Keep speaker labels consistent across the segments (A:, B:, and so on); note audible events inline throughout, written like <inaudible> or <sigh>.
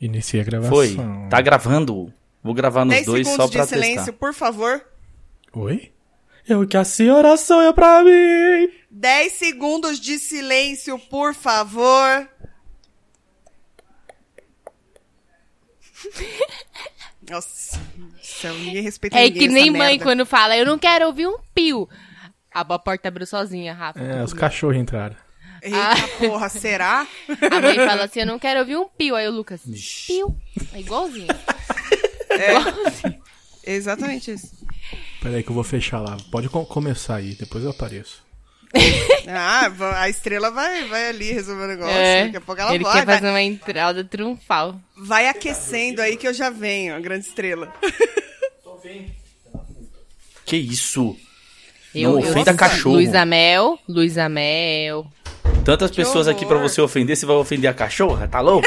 A: Inicia a gravação.
B: Foi. Tá gravando. Vou gravar nos
C: 10
B: dois
C: segundos
B: só
C: de
B: pra testar.
C: silêncio, por favor.
A: Oi? É o que a senhora sonha pra mim.
C: 10 segundos de silêncio, por
D: <laughs>
C: favor. Nossa, céu, ninguém respeita
D: É
C: ninguém
D: que nem
C: nessa
D: mãe
C: merda.
D: quando fala, eu não quero ouvir um pio. A bo- porta abriu sozinha, Rafa.
A: É, os cachorros entraram.
D: Ah.
C: Eita porra, será? <laughs>
D: A mãe fala assim, eu não quero ouvir um pio. Aí o Lucas, pio.
C: <laughs>
D: É igualzinho.
C: É, Exatamente isso.
A: Peraí que eu vou fechar lá. Pode co- começar aí, depois eu apareço.
C: Ah, va- a estrela vai, vai ali resolver o negócio.
D: É.
C: assim, Daqui a pouco ela
D: Ele
C: vai.
D: quer fazer um-
C: Vai,
D: uma entrada triunfal.
C: vai aquecendo aí que eu já venho, a grande
D: <laughs>
C: estrela.
B: Que isso?
D: Eu,
B: Não
D: eu-
B: ofenda cachorro.
D: Luísa Mel, Luísa Mel.
B: Tantas pessoas aqui pra
C: horror.
B: você ofender, você vai ofender a cachorra? Tá louco?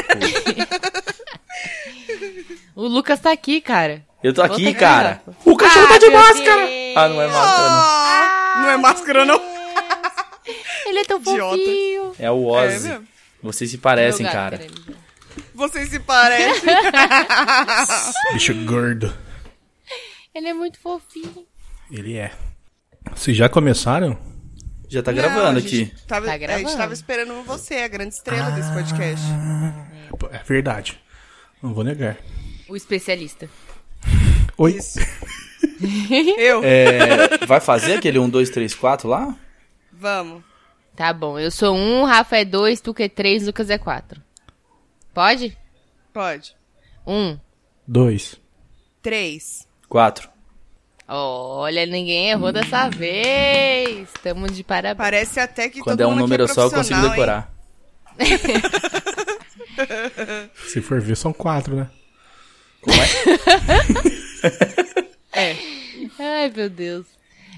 D: O Lucas tá aqui, cara.
B: Eu tô
D: Volta
B: aqui,
D: aqui,
B: cara.
D: Rafa.
B: O cachorro tá de
D: meu
B: máscara!
D: Deus.
B: Ah, não é máscara, não.
C: Ah, não é máscara, não.
D: Ele é tão
C: Idiota.
D: fofinho.
B: É o
C: É
B: Ozzy.
C: mesmo?
B: Vocês se parecem,
D: Meu gato,
B: É, cara.
D: peraí.
C: Vocês se
D: <laughs>
C: parecem.
A: Bicho gordo.
D: Ele é muito fofinho.
A: Ele é. Vocês já começaram?
B: Já tá
C: Não,
B: gravando
C: a gente
B: aqui. Ah.
C: Tava, é,
D: Tá
C: A gente
D: gravando.
C: tava esperando você, a grande estrela desse podcast.
A: Pô, É verdade. Não vou negar.
D: O especialista.
A: Oi?
D: <laughs>
C: Isso. Eu?
B: É, vai fazer aquele 1, 2, 3, 4 lá?
C: Vamos.
D: Tá bom, eu sou um, Rafa é dois, Tuca é três, Lucas é quatro. Pode?
C: Pode.
D: Um.
A: Dois.
C: Três.
B: 4.
D: Olha, ninguém errou
C: Hum.
D: dessa vez. Tamo de parabéns.
C: Parece até que
B: Quando
C: todo
B: é um
C: mundo aqui
B: número só, eu consigo
C: profissional, hein?
B: decorar.
A: Se for ver, são quatro, né?
B: Como é?
D: Ai, meu Deus.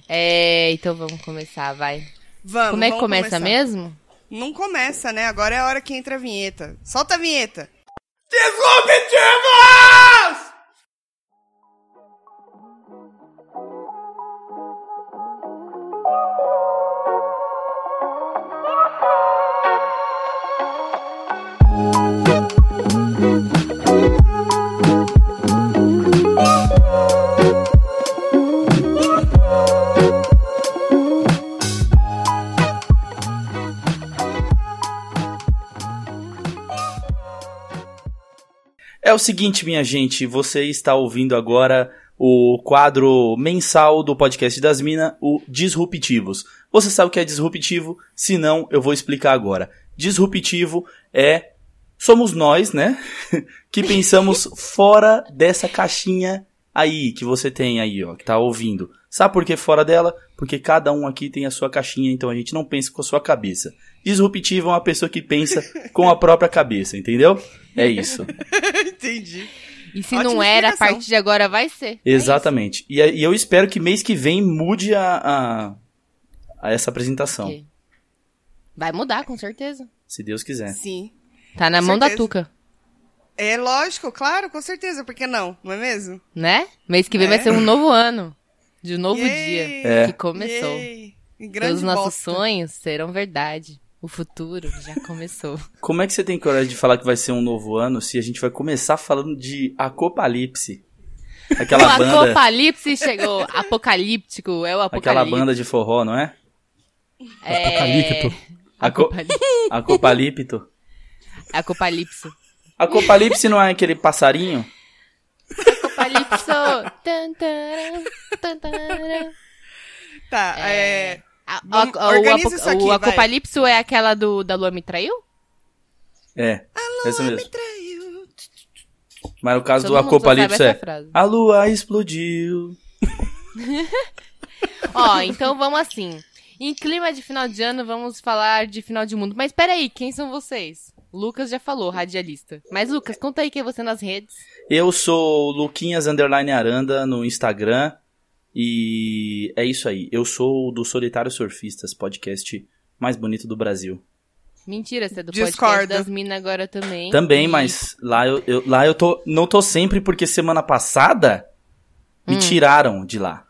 D: É, então vamos começar, vai.
C: Vamos.
D: Como é que
C: vamos
D: começa
C: começar.
D: mesmo?
C: Não começa, né? Agora é a hora que entra a vinheta. Solta a vinheta. <laughs>
B: É o seguinte, minha gente, você está ouvindo agora o quadro mensal do podcast das Minas, o Disruptivos. Você sabe o que é disruptivo? Se não, eu vou explicar agora. Disruptivo é somos nós, né, <laughs> que pensamos fora dessa caixinha aí que você tem aí, ó, que tá ouvindo. Sabe por que fora dela? Porque cada um aqui tem a sua caixinha, então a gente não pensa com a sua cabeça. Disruptivo é uma pessoa que pensa com a própria cabeça, entendeu? É isso.
C: Entendi.
D: E se
C: Ótima
D: não era, a
C: explicação.
D: partir de agora vai ser. É
B: Exatamente. E, e eu espero que mês que vem mude a, a- a essa apresentação.
D: Ok. isso. Vai mudar, com certeza.
B: Se Deus quiser.
C: Sim.
D: Tá na
C: Com
D: mão da
C: certeza.
D: Tuca,
C: É lógico, claro, com certeza. Por que não? Não é mesmo?
D: né? Mês que vem
C: É.
D: vai ser um novo ano. De um novo
C: Yay!
D: dia.
B: É.
D: Que começou.
C: Yay. E grande
D: Todos os nossos
C: bosta.
D: sonhos serão verdade. O futuro já começou.
B: Como é que você tem coragem de falar que vai ser um novo ano se a gente vai começar falando de Acopalipse? <laughs> Aquela
D: <laughs> o
B: banda.
D: apocalipse chegou. Apocalíptico, é o apocalipse.
B: Aquela banda de forró, não é?
A: Apocalipto.
B: Aco-
D: Acopali-
B: Acopalipto.
D: Acopalipso.
B: Acopalipse não é aquele passarinho?
D: Acopalipso. Tan, taran, tan, taran.
C: Tá, é...
D: A- o-
C: Vamos-
D: o-
C: organiza
D: o apo-
C: isso aqui,
D: o
C: vai.
D: acopalipso é aquela do da lua me traiu?
B: É. Essa mesmo.
C: Traiu.
B: Mas o caso
D: Todo
B: do
D: mundo só sabe
B: Acopalipse
D: essa
B: é.
D: frase.
B: A lua explodiu.
D: Ó, então vamos assim. Em clima de final de ano, vamos falar de final de mundo. Mas peraí, quem são vocês? Lucas já falou, radialista. Mas Lucas, conta aí quem é você nas redes.
B: Eu sou o Luquinhas Underline Aranda no Instagram. E é isso aí. Eu sou o do Solitário Surfistas, podcast mais bonito do Brasil.
D: Mentira, você é do
C: Discordo.
D: podcast das minas agora também.
B: Também,
D: E-
B: mas lá eu, eu- lá eu
D: Hum.
B: tô. Não tô sempre, porque semana passada me tiraram de lá.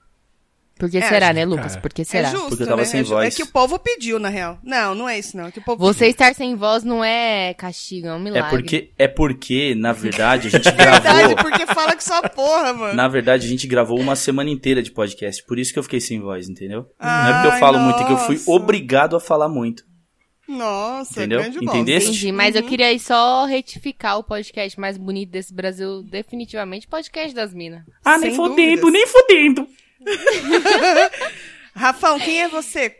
D: Por que
C: É,
D: será, né,
A: cara.
D: Lucas? Por que será?
C: É justo,
B: Porque eu tava
C: né?
B: sem
C: é, ju-
B: voz.
C: é que o povo pediu, na real. Não, não é isso, não. É que o povo
D: Você estar sem voz não é castigo, é um
B: É
D: milagre.
B: porque, é porque, na verdade, a
D: <laughs>
B: gente
D: é
C: pediu. Verdade,
B: gravou.
C: porque fala que só porra, mano.
B: Na verdade, a gente gravou uma semana inteira de podcast. Por isso que eu fiquei sem voz, entendeu? não é
C: Ai,
B: porque eu falo muito, é que eu fui
C: nossa.
B: obrigado a falar muito.
C: Nossa,
B: Entendeu?
C: grande bosta.
B: Entendeste?
D: Entendi, mas eu queria aí só retificar o podcast mais bonito desse Brasil, definitivamente, podcast das minas.
A: Ah, nem
C: Sem
A: fodendo,
C: dúvidas.
A: nem fodendo.
C: <laughs> Rafão, quem é você?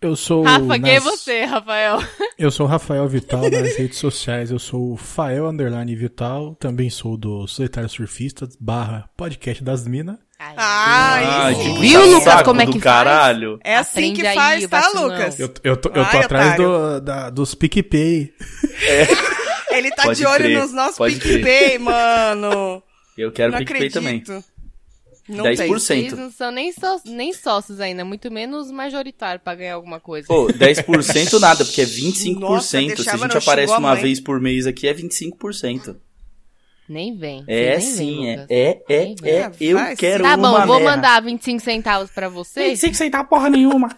E: Eu sou.
D: Rafa, quem é
E: nas-
D: você, Rafael?
E: Eu sou o Rafael Vital nas redes sociais. Eu sou o Fael Underline Vital. Também sou do Solitário Surfista barra podcast das minas.
C: Ah,
B: Ai,
C: isso.
B: que
D: Viu,
B: puta
D: Lucas,
B: tipo, saco
D: como é
B: do
D: que faz?
B: caralho.
C: É assim
D: Aprende
C: que
D: aí,
C: faz, tá,
D: vacilão.
C: Lucas?
E: Eu, eu tô, eu tô
C: Ai,
E: atrás
C: otário.
E: do, da- dos PicPay.
C: Ele tá
B: Pode
C: de olho
B: crer,
C: nos nossos
B: pode crer.
C: PicPay, <laughs> mano.
B: Eu quero
C: não
B: PicPay
C: acredito.
B: também.
C: Não
B: 10%.
C: tem.
D: Eles não são nem, só- nem sócios ainda, muito menos majoritário pra ganhar alguma coisa.
B: Pô, 10% nada, porque é 25%.
C: Nossa,
B: Se a
C: deixava,
B: gente
C: não,
B: aparece
C: xingou a
B: uma
C: mãe.
B: vez por mês aqui, é 25%.
D: Nem vem.
B: É
D: nem
B: sim,
D: vem,
B: é,
D: Lucas.
B: é, é,
D: Nem vem.
B: é. Eu
C: Ah, Vai,
B: quero
D: Tá
B: uma
D: bom, vou
B: merda.
D: mandar 25 centavos pra você.
A: Sem sentar porra nenhuma.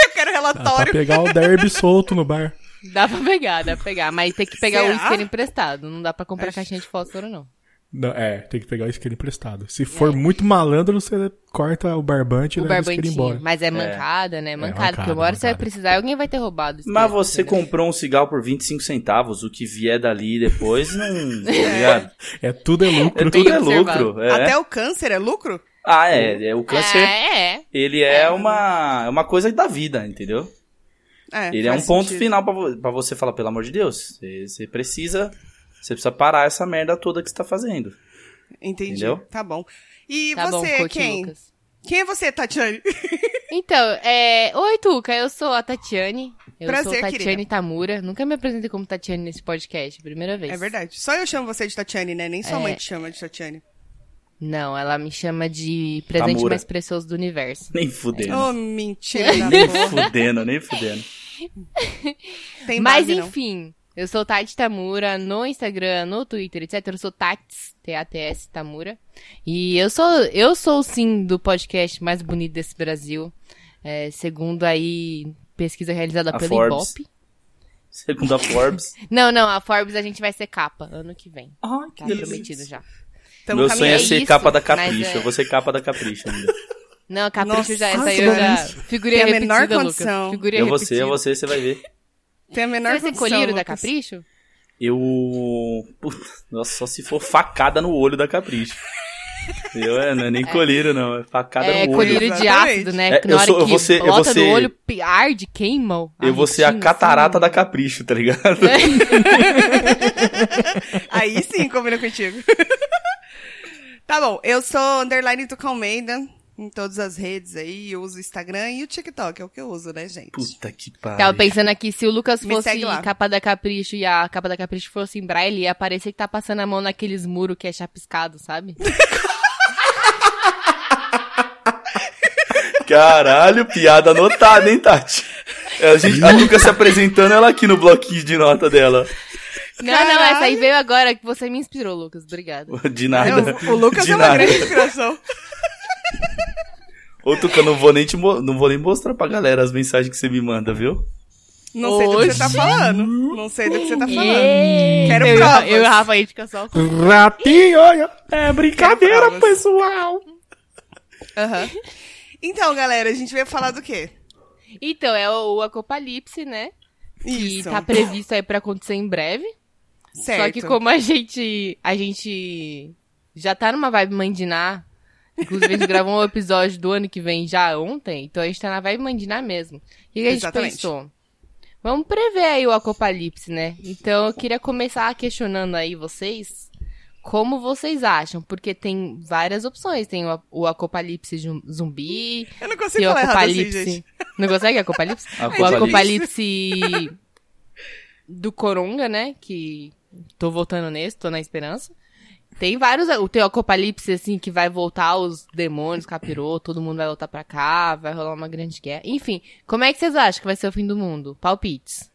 C: Eu quero
E: Dá ah, pra
C: relatório.
E: pegar o derby solto no bar.
D: Dá pra pegar, dá pra pegar. Mas tem que pegar o
C: Será?
D: isqueiro emprestado. Não dá pra comprar caixinha de fósforo, não.
E: Não, é, tem que pegar o isqueiro emprestado. Se for muito malandro, você corta o barbante e
D: o
E: leva o isqueiro
D: barbantinho.
E: embora.
D: Mas é mancada, né? Mancada.
E: mancada,
D: porque uma hora você vai
E: mancada.
D: precisar e alguém vai ter roubado. o
B: Mas
D: isqueiro,
B: você
D: entendeu?
B: comprou um cigarro por 25 centavos, o que vier dali depois,
C: <laughs>
B: não. Tá ligado?
E: É tudo é
B: <laughs>
E: lucro.
D: Bem
B: Tudo é
D: observado.
B: lucro. é.
C: Até o câncer é lucro?
B: Ah, é. é, O câncer,
D: É, é.
B: ele é, uma, é uma coisa da vida, entendeu?
C: É,
B: ele é um
C: faz
B: ponto
C: sentido.
B: final pra, vo- pra você falar, pelo amor de Deus, você, você precisa. Você precisa parar essa merda toda que você tá fazendo. <laughs>
C: Entendi.
B: Entendeu?
C: Tá bom. E
D: Tá bom,
C: você,
D: Coach
C: quem?
D: Lucas.
C: Quem é você, Tatiane?
D: Então, é... Oi, Tuca, eu sou a Tatiane. Eu
C: Prazer,
D: sou Tatiane
C: querida.
D: Tamura. Nunca me apresentei como Tatiane nesse podcast, primeira vez.
C: É verdade. Só eu chamo você de Tatiane, né? Nem sua
D: É.
C: mãe te chama de Tatiane.
D: Não, ela me chama de presente
B: Tamura.
D: mais precioso do universo.
B: Nem fudendo.
C: Oh, mentira
D: É.
C: da
B: Nem
C: porra.
B: fudendo, nem fudendo.
C: Tem
D: Mas
C: base, não.
D: enfim, eu sou Tati Tamura no Instagram, no Twitter, etc. Eu sou Tats, T-A-T-S Tamura. E eu sou, eu sou sim do podcast mais bonito desse Brasil. É, segundo aí pesquisa realizada
B: A
D: pela
B: Forbes.
D: Ibope.
B: Segundo a Forbes.
D: Não, não, a Forbes a gente vai ser capa ano que vem.
A: Ai,
D: Tá
A: que delícia.
D: prometido já.
C: Tamo
B: Meu sonho é
C: caminhando.
D: É
B: ser
D: isso,
B: capa da
D: mas
B: Capricha.
D: é-
B: Eu vou ser capa da Capricha. ainda.
D: Não, a capricho
C: Nossa,
D: já essa aí eu já
C: Lorenzo.
D: figurinha
C: Tem a menor
D: repetida,
C: condição.
D: Lucas. Figurinha
B: Eu vou ser, eu
D: repetida.
B: vou ser, você vai ver.
C: Tem a menor
D: Você vai ser
C: condição,
D: colírio da
C: Lucas.
D: capricho?
B: Eu. Puta, nossa, só se for facada no olho da Capricho. Eu é, não é nem colírio, não. É facada
D: É,
B: no olho.
D: colírio de
C: Exatamente.
D: ácido, né?
B: É,
D: que na
B: eu
D: hora
B: sou- eu
D: que
B: vou ser- eu vou
D: bota
B: ser-
D: no olho, pi- arde, queima. assim,
B: Eu vou ser a catarata da Capricho, tá ligado? <laughs>
D: É.
C: Aí sim, combina contigo. <laughs> tá bom, eu sou underline Tuca Almeida em todas as redes aí. Eu uso o Instagram e o TikTok, é o que eu uso, né, gente?
B: Puta que
D: Tava
B: pariu.
D: pensando aqui, se o Lucas
C: Me
D: fosse
C: segue lá.
D: capa da Capricho e a capa da Capricho fosse em braille, ia parecer que tá passando a mão naqueles muros que é chapiscado, sabe?
B: Caralho, piada anotada, hein, Tati? É, A, gente, a Tuca se apresentando, ela aqui no bloquinho de nota dela.
D: Não, não, essa aí
C: Caralho!
D: veio agora, que você me inspirou, Lucas. Obrigada.
B: De
C: É,
B: nada.
C: o, o Lucas
B: de
C: é uma
B: nada.
C: grande inspiração.
B: Ô, Tuca, não vou, nem te mo- não vou nem mostrar pra galera as mensagens que você me manda, viu?
C: Não sei do que
D: Oxi.
C: você tá falando. Não sei do que você tá falando.
D: Eita,
C: Quero
D: eu, e o Ra-
C: provas.
D: eu e o Rafa aí fica só.
E: Ratinho! olha.
A: É brincadeira,
C: Quero provas.
A: pessoal.
C: Aham. Então, galera, a gente veio falar do quê?
D: Então, é o, o Acopalipse, né? Que
C: Isso.
D: tá previsto aí pra acontecer em breve.
C: certo.
D: Só que como a gente, a gente já tá numa vibe mandinar, inclusive a gente gravou um episódio do ano que vem já ontem, então a gente tá na vibe mandinar mesmo. O que que a gente
C: Exatamente.
D: pensou? Vamos prever aí o apocalipse, né? Então eu queria começar questionando aí vocês, como vocês acham? Porque tem várias opções, tem o, o apocalipse zum- zumbi,
C: Eu não consigo
D: tem o
C: falar errado assim,
D: apocalipse...
C: gente.
D: Não consegue apocalipse? O apocalipse do Coronga, né? Que tô voltando nesse, tô na esperança. Tem vários. O teu apocalipse, assim, que vai voltar os demônios, capirou, todo mundo vai voltar pra cá, vai rolar uma grande guerra. Enfim, como é que vocês acham que vai ser o fim do mundo? Palpites.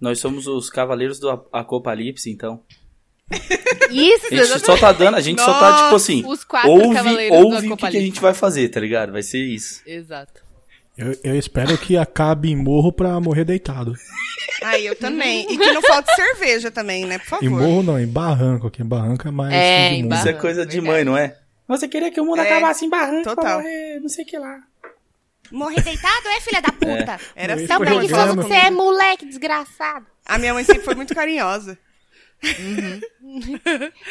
B: Nós somos os cavaleiros do a- Acopalipse, então.
D: Isso,
B: A gente só tá dando, a gente só tá tipo assim,
D: Os quatro
B: ouve,
D: cavaleiros do
B: ouve o que, que a
D: Acopalipse.
B: gente vai fazer, tá ligado? Vai ser isso.
D: Exato.
E: Eu, eu espero que acabe em morro pra morrer deitado.
C: Aí eu também. E que não falte cerveja também, né? Por
E: Em
C: favor.
E: morro não, em barranco, que em barranco é mais
D: É,
E: fim de
D: em
E: mundo.
D: barranco.
B: Isso é coisa de
D: verdade.
B: mãe, não é? Você queria que o mundo
C: É,
B: acabasse em barranco
C: total.
B: pra morrer, não sei o que lá.
F: Morrer deitado é, filha da puta?
C: Era
E: Morrer
C: assim.
F: Então
E: Foi
F: prende fogo
E: jogando.
F: que você é moleque desgraçado.
C: A minha mãe sempre foi muito carinhosa.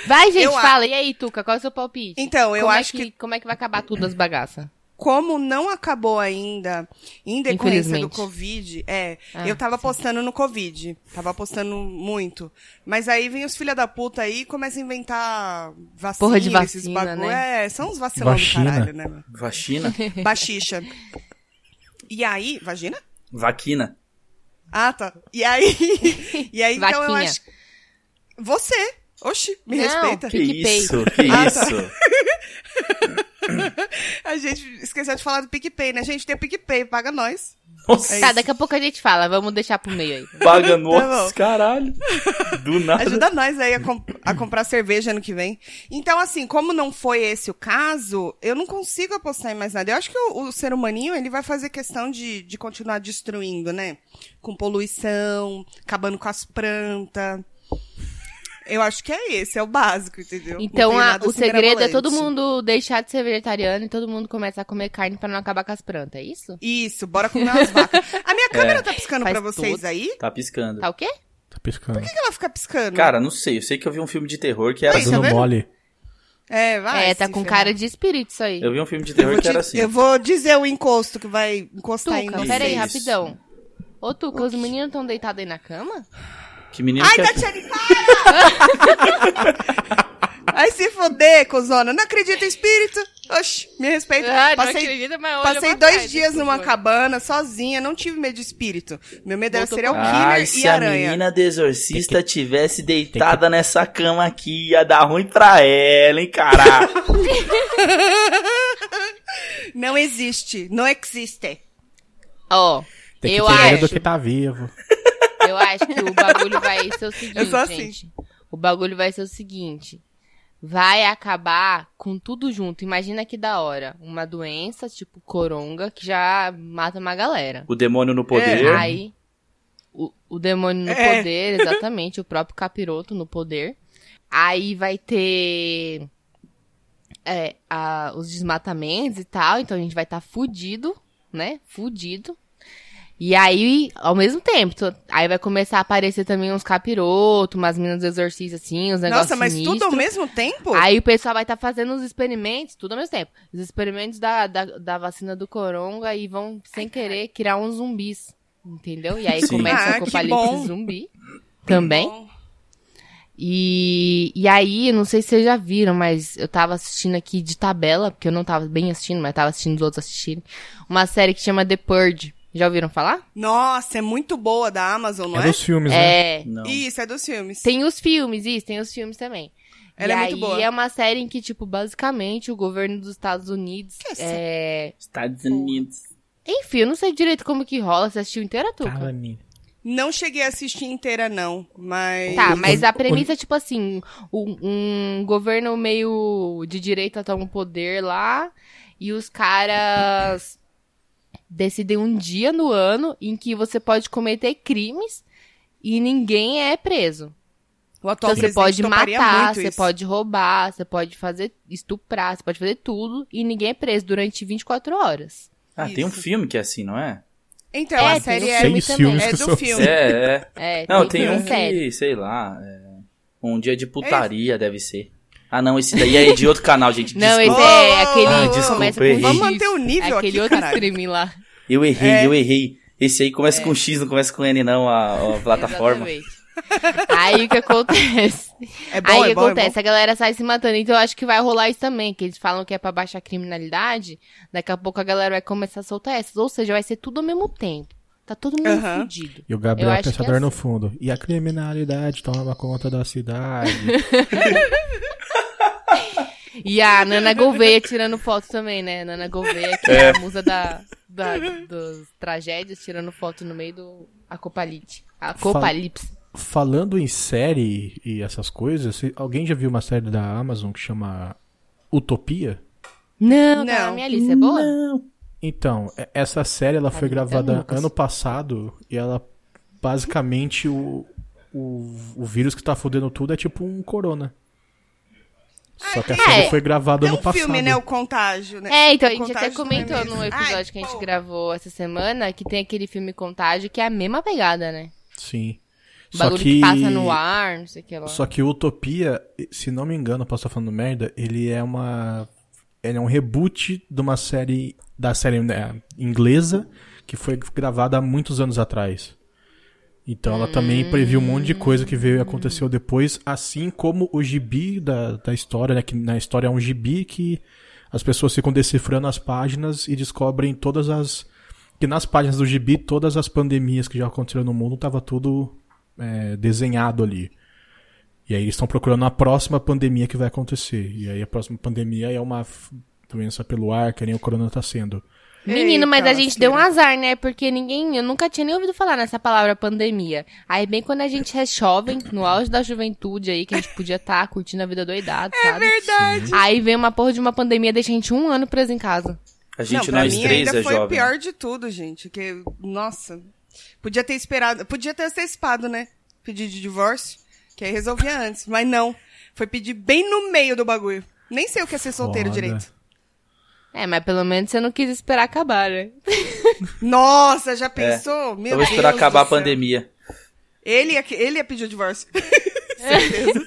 D: Vai, gente,
C: Eu a-
D: fala. E aí, Tuca, qual é o seu palpite?
C: Então, eu
D: Como é
C: acho que-
D: Como é que vai acabar tudo as bagaças?
C: Como não acabou ainda, em decorrência do
D: Infelizmente.
C: Covid, é,
D: Ah,
C: eu tava postando no Covid. Tava postando muito. Mas aí vem os filha da puta aí e começa a inventar vacina,
D: Porra de
C: esses
D: vacina,
C: bagulho.
D: né?
C: É, são uns vacilão do
E: Vacina.
C: caralho, né? meu? <laughs>
B: Vacina?
C: Baxixa. E aí, vagina?
B: Vaquina.
C: Ah, tá. E
D: <laughs>
C: aí, e aí então eu
D: Vaquinha.
C: acho. Você! Oxi, me
D: Não,
C: respeita.
B: Que
D: PicPay.
B: isso, que
C: Ah, tá.
B: isso.
C: A gente esqueceu de falar do PicPay, né? Gente, tem o PicPay, paga nós. É
B: Nossa,
D: tá, daqui a pouco a gente fala. Vamos deixar pro meio aí.
B: paga
C: Tá
B: nós,
C: bom.
B: caralho. Do nada.
C: Ajuda nós aí a, com- a comprar cerveja ano que vem. Então, assim, como não foi esse o caso, eu não consigo apostar em mais nada. Eu acho que o, o ser humaninho, ele vai fazer questão de, de continuar destruindo, né? Com poluição, acabando com as plantas. Eu acho que é esse, é o básico, entendeu? Não
D: Então,
C: tem
D: a-
C: nada
D: o
C: assim
D: segredo é
C: mirabolante.
D: todo mundo deixar de ser vegetariano e todo mundo começar a comer carne pra não acabar com as plantas, é isso?
C: Isso, bora comer umas vacas. A
D: <laughs>
C: minha câmera tá piscando
D: É. Faz
C: pra vocês
D: todo.
C: aí?
B: Tá piscando.
D: Tá o quê?
E: Tá piscando.
C: Por que ela fica piscando?
B: Cara, não sei, eu sei que eu vi um filme de terror que era
C: Oi,
B: assim.
C: tá
E: Dando
C: vendo?
E: mole.
C: é, vai.
D: é, tá
C: se
D: com
C: ferrar.
D: cara de espírito isso aí.
B: Eu vi um filme de
C: Eu
B: terror
C: vou
B: que era
C: te-
B: assim.
C: Eu vou dizer o encosto que vai encostar em
D: Tuca,
C: vocês.
D: peraí,
B: Isso.
D: rapidão. Ô, Tuca, os meninos estão deitados aí na cama?
B: Que menino
C: Ai, tá
B: que é...
C: Tatiane, para! Ai, se foder, cozona. Não acredita em espírito. Oxi, me respeita. passei
D: Ah, mas olha
C: passei
D: pra
C: dois
D: trás,
C: dias
D: por
C: numa
D: favor.
C: cabana, sozinha. Não tive medo de espírito. Meu medo era
D: Voltou
C: serial
D: pra-
C: um killer
B: Ai,
C: e
B: se Ah, é a
C: aranha.
B: menina do exorcista tivesse deitada nessa cama aqui, ia dar ruim pra ela, hein,
C: <laughs>
B: caralho.
C: Não existe. Não existe.
D: Ó,
E: Tem que
D: eu
E: ter medo
D: acho,
E: do que tá vivo.
D: eu acho que o bagulho vai ser o seguinte,
C: Eu sou assim.
D: gente. O bagulho vai ser o seguinte. Vai acabar com tudo junto. Imagina que da hora. Uma doença, tipo coronga, que já mata uma galera.
B: o demônio no poder.
C: É.
D: Aí, o, o demônio no
C: É. <laughs>
D: poder, exatamente, o próprio capiroto no poder. Aí vai ter é, a- os desmatamentos e tal, então a gente vai estar fudido, né? Fudido. E aí, ao mesmo tempo, to- aí vai começar a aparecer também uns capirotos, umas minas do exorcismo, assim, uns negócios
C: Nossa, mas tudo ao
D: sinistros.
C: mesmo tempo?
D: Aí o pessoal vai estar fazendo os experimentos, tudo ao mesmo tempo. Os experimentos da, da, da vacina do coronga e vão, sem querer, criar uns zumbis. Entendeu? E aí
B: Sim.
D: começa
C: Ah,
D: o
C: que bom.
D: apocalipse zumbi também.
C: Bom,
D: E, e aí, eu não sei se vocês já viram, mas eu tava assistindo aqui de tabela, porque eu não tava bem assistindo, mas tava assistindo os outros assistirem. Uma série que chama The Purge. Já ouviram falar?
C: Nossa, é muito boa da Amazon, não
E: é
C: é?
E: dos filmes, né?
D: É.
B: Não.
C: Isso, é dos filmes.
D: Tem os filmes, isso, tem os filmes também.
C: Ela
D: e
C: é
D: aí
C: muito boa.
D: é uma série em que, tipo, basicamente o governo dos Estados Unidos
C: Essa.
D: é...
B: Estados Unidos.
D: Enfim, eu não sei direito como que rola, você assistiu inteira, Tuca?
E: Fala, menina.
C: Não cheguei a assistir inteira, não, mas.
D: Tá, mas a
E: Onde-
D: premissa é tipo assim, um, um governo meio de direita toma o poder lá e os caras decidem um dia no ano em que você pode cometer crimes e ninguém é preso.
C: O
D: Então
C: atual
D: você
C: presidente
D: pode
C: toparia
D: matar,
C: muito
D: você
C: isso.
D: pode roubar, você pode fazer estuprar, você pode fazer tudo e ninguém é preso durante 24 horas.
B: Ah, tem um
C: Isso.
B: filme que é assim, não é?
C: Então,
D: É,
C: a
D: tem
C: série
D: um
C: é,
D: filme
E: Seis
D: também.
E: filmes
C: é
E: que
C: do
E: são-
C: filme.
B: É, é.
D: É,
B: Não,
D: tem,
B: tem um
D: filme sério.
B: que, sei lá, é, um dia de putaria deve ser. Ah, não, esse daí é de outro canal, gente.
D: Não,
B: Desculpa.
D: esse é aquele
C: Ah,
D: que
B: desculpa,
D: começa
B: errei.
D: com
C: Vamos
D: X.
C: manter o nível
D: aquele
C: aqui,
D: outro
C: caralho.
D: streaming lá.
B: Eu errei,
C: É.
B: eu errei. Esse aí começa com X, não começa com N, não,
C: <laughs>
B: a, a plataforma.
D: Exatamente. Aí o que acontece?
C: É bom,
D: Aí
C: é
D: o que
C: bom, é
D: acontece?
C: bom.
D: A galera sai se matando. Então eu acho que vai rolar isso também, que eles falam que é pra baixar a criminalidade. Daqui a pouco a galera vai começar a soltar essas. Ou seja, vai ser tudo ao mesmo tempo. Tá todo mundo
C: Aham.
D: fudido.
E: E o Gabriel
D: Eu acho que é
E: Pensador no
D: assim.
E: fundo. E a criminalidade toma conta da
D: <laughs>
E: cidade.
D: E a Nana Gouveia tirando foto também, né? Nana Gouveia, que é, a musa da, da, das tragédias, tirando foto no meio do acopalite. Acopalipse.
E: Falando em série e essas coisas, se- alguém já viu uma série da Amazon que chama Utopia?
D: Não, tá
C: Não.
D: na minha lista. É boa?
E: Então, e- essa série ela foi
D: Ai, eu
E: gravada
D: nunca
E: ano passado e ela basicamente o, o, o vírus que tá fodendo tudo é tipo um corona. Só que a
D: É.
E: série foi gravada
C: Tem
E: ano
C: um
E: passado.
C: filme, né? O Contágio, né?
D: É, então, a
C: O
D: gente até
C: Contágio
D: comentou
C: também.
D: no episódio
C: Ai,
D: que a gente
C: pô.
D: gravou essa semana que tem aquele filme Contágio que é a mesma pegada, né?
E: Sim.
D: O
E: Só
D: bagulho
E: que,
D: que... passa no ar, não sei o que lá.
E: Só que Utopia, se não me engano, posso estar falando merda, ele é uma. Ele é um reboot de uma série. Da série né, inglesa, que foi gravada há muitos anos atrás. Então ela também previu um monte de coisa que veio e aconteceu depois, assim como o gibi da, da história, né? Que na história é um gibi que as pessoas ficam decifrando as páginas e descobrem todas as. Que nas páginas do gibi, todas as pandemias que já aconteceram no mundo tava tudo é, desenhado ali. E aí eles estão procurando a próxima pandemia que vai acontecer. E aí a próxima pandemia é uma f- doença pelo ar, que nem o corona tá sendo.
D: Menino, mas
C: Eita,
D: a gente deu um azar, né? Porque ninguém. Eu nunca tinha nem ouvido falar nessa palavra pandemia. Aí, bem quando a gente é jovem, no auge da juventude aí, que a gente podia estar curtindo a vida doidado, sabe? É verdade. Aí vem uma porra de uma pandemia, deixa a gente um ano preso em casa.
B: A gente,
C: não, pra
B: nós
C: mim
B: três,
C: ainda
B: é
C: foi o
B: jovem.
C: pior de tudo, gente. Que, nossa, podia ter esperado, podia ter antecipado, né? Pedir de divórcio, que aí resolvia antes, mas não. Foi pedir bem no meio do bagulho. Nem sei o que é ser solteiro
E: Foda.
C: direito.
D: É, mas pelo menos você não quis esperar acabar, né?
C: Nossa, já pensou? Meu
B: Então Eu vou esperar
C: Deus
B: É,
C: do
B: acabar a
C: céu.
B: pandemia.
C: Ele ia, que- ele ia pedir o divórcio. <laughs> Certeza.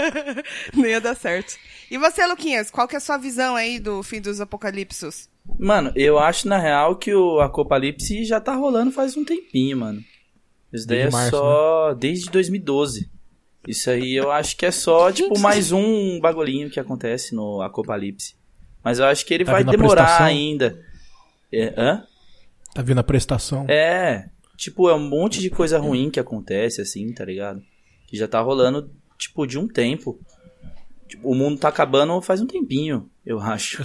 C: <laughs> Nem ia dar certo. E você, Luquinhas, qual que é a sua visão aí do fim dos apocalipsos?
B: Mano, eu acho, na real, que o Acopalipse já tá rolando faz um tempinho, mano. Isso daí
E: Desde
B: é
E: março, né?
B: só desde 2012. Isso aí eu acho que é
C: <laughs>
B: só, tipo, mais um bagulhinho que acontece no Acopalipse. Mas eu acho que ele
E: Tá
B: vai
E: vindo a
B: demorar
E: prestação?
B: ainda. É, hã?
E: Tá vindo a prestação?
B: É. Tipo, é um monte de coisa ruim que acontece, assim, tá ligado? Que já tá rolando, tipo, de um tempo. Tipo, o mundo tá acabando faz um tempinho, eu acho.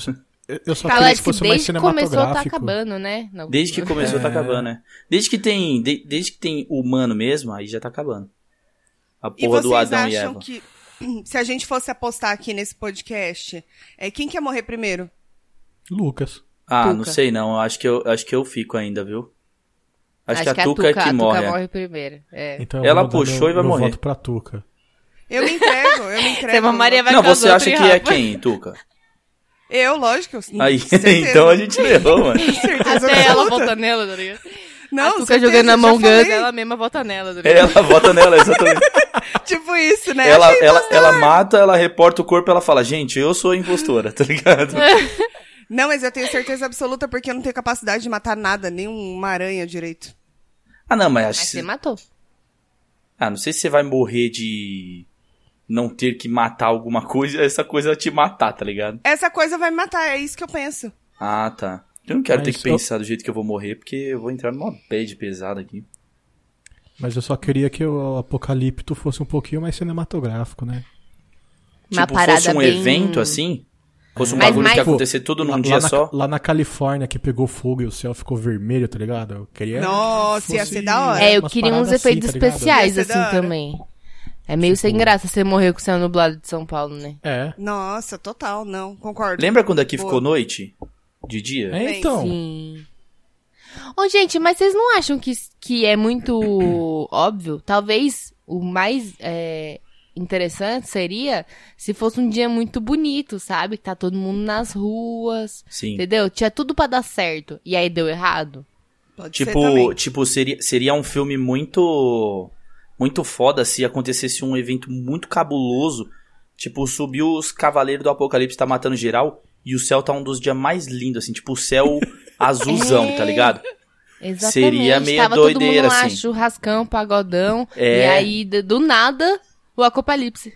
E: Eu- Eu só
D: Fala
E: queria que
D: que
E: fosse mais
D: desde que começou tá
E: cinematográfico.
D: acabando, né? Não-
B: Desde que começou, tá acabando, né? Desde que tem. de- desde que tem humano mesmo, aí já tá acabando. A
C: E
B: porra do
C: vocês
B: Adão e
C: acham
B: Eva.
C: que <clears throat> se a gente fosse apostar aqui nesse podcast, é, quem quer morrer primeiro?
E: Lucas.
B: Ah, não
D: Tuca.
B: sei não. eu Acho que eu, acho que eu fico ainda, viu? Acho, que a Tuca é que morre. é.
D: primeiro. <laughs> É.
E: Então eu
B: Ela
E: vou mudar
B: puxou
E: meu-
B: e vai
E: meu
B: morrer.
E: voto pra Tuca.
C: Eu me entrego, eu
D: <laughs>
C: me entrego.
D: Eva é Maria vai
B: Não,
D: com as
B: você acha
D: outras,
B: que é
D: Rafa.
B: quem, Tuca?
C: Eu, lógico. eu-
B: Aí, <laughs>
C: certeza.
B: então a gente errou, mano.
C: Certeza
D: Até ela
C: absoluta.
D: vota nela, tá ligado?
C: Não,
D: a Tuca
C: certeza,
D: jogando
C: eu
D: a
C: já
D: mão
C: falei,
D: gun, ela mesma vota nela, tá ligado?
B: Ela vota nela, exatamente.
C: <laughs> Tipo isso, né?
B: Ela,
C: Achei
B: ela,
C: bacana.
B: ela mata, ela reporta o corpo, ela fala, gente, eu sou a impostora, <laughs> tá ligado?
D: É.
C: Não, mas eu tenho certeza absoluta porque eu não tenho capacidade de matar nada, nem uma aranha direito.
B: ah, não, mas acho
D: Mas
B: que
D: você
B: você-
D: matou.
B: Ah, não sei se você vai morrer de não ter que matar alguma coisa, essa coisa vai te matar, tá ligado?
C: Essa coisa vai me matar, é isso que eu penso.
B: Ah, tá. Eu não quero
E: Mas
B: ter que
E: eu-
B: pensar do jeito que eu vou morrer, porque eu vou entrar numa bad pesada aqui.
E: Mas eu só queria que o Apocalipto fosse um pouquinho mais cinematográfico, né?
D: Uma
B: tipo,
D: parada
B: fosse um
D: bem-
B: evento assim, fosse um
D: Mas
B: bagulho que ia
D: mais-
B: acontecer tudo num
E: lá,
B: Um dia
E: lá na,
B: só.
E: Lá na Califórnia que pegou fogo e o céu ficou vermelho, tá ligado? Eu queria.
C: Nossa,
E: que
C: ia
E: fosse
C: ser da hora.
D: É, eu
E: umas
D: queria uns
E: paradas assim,
D: efeitos
E: tá ligado? Tipo-
D: especiais,
C: Ia ser
D: assim,
C: da hora.
D: também. É meio sem graça você morrer com o céu nublado de São Paulo, né?
E: É.
C: Nossa, total, não, concordo.
B: Lembra quando aqui
C: Boa.
B: ficou noite? De dia?
E: É, então.
D: Sim. Ô, gente, mas vocês não acham que, que é
E: <clears throat>
D: muito óbvio? Talvez o mais é, interessante seria se fosse um dia muito bonito, sabe? Que tá todo mundo nas ruas,
B: Sim.
D: entendeu? Tinha tudo pra dar certo. E aí deu errado.
C: Pode ser
B: Tipo,
C: também.
B: tipo seria, seria um filme muito muito foda se acontecesse um evento muito cabuloso. Tipo, subiu os Cavaleiros do Apocalipse, tá matando geral, e o céu tá um dos dias mais lindos, assim, tipo o céu azulzão, tá ligado?
D: Exatamente.
B: Seria meio
D: Tava
B: doideira,
D: todo mundo lá,
B: assim.
D: churrascão, pagodão.
B: É.
D: E aí, d- do nada, o acopalipse.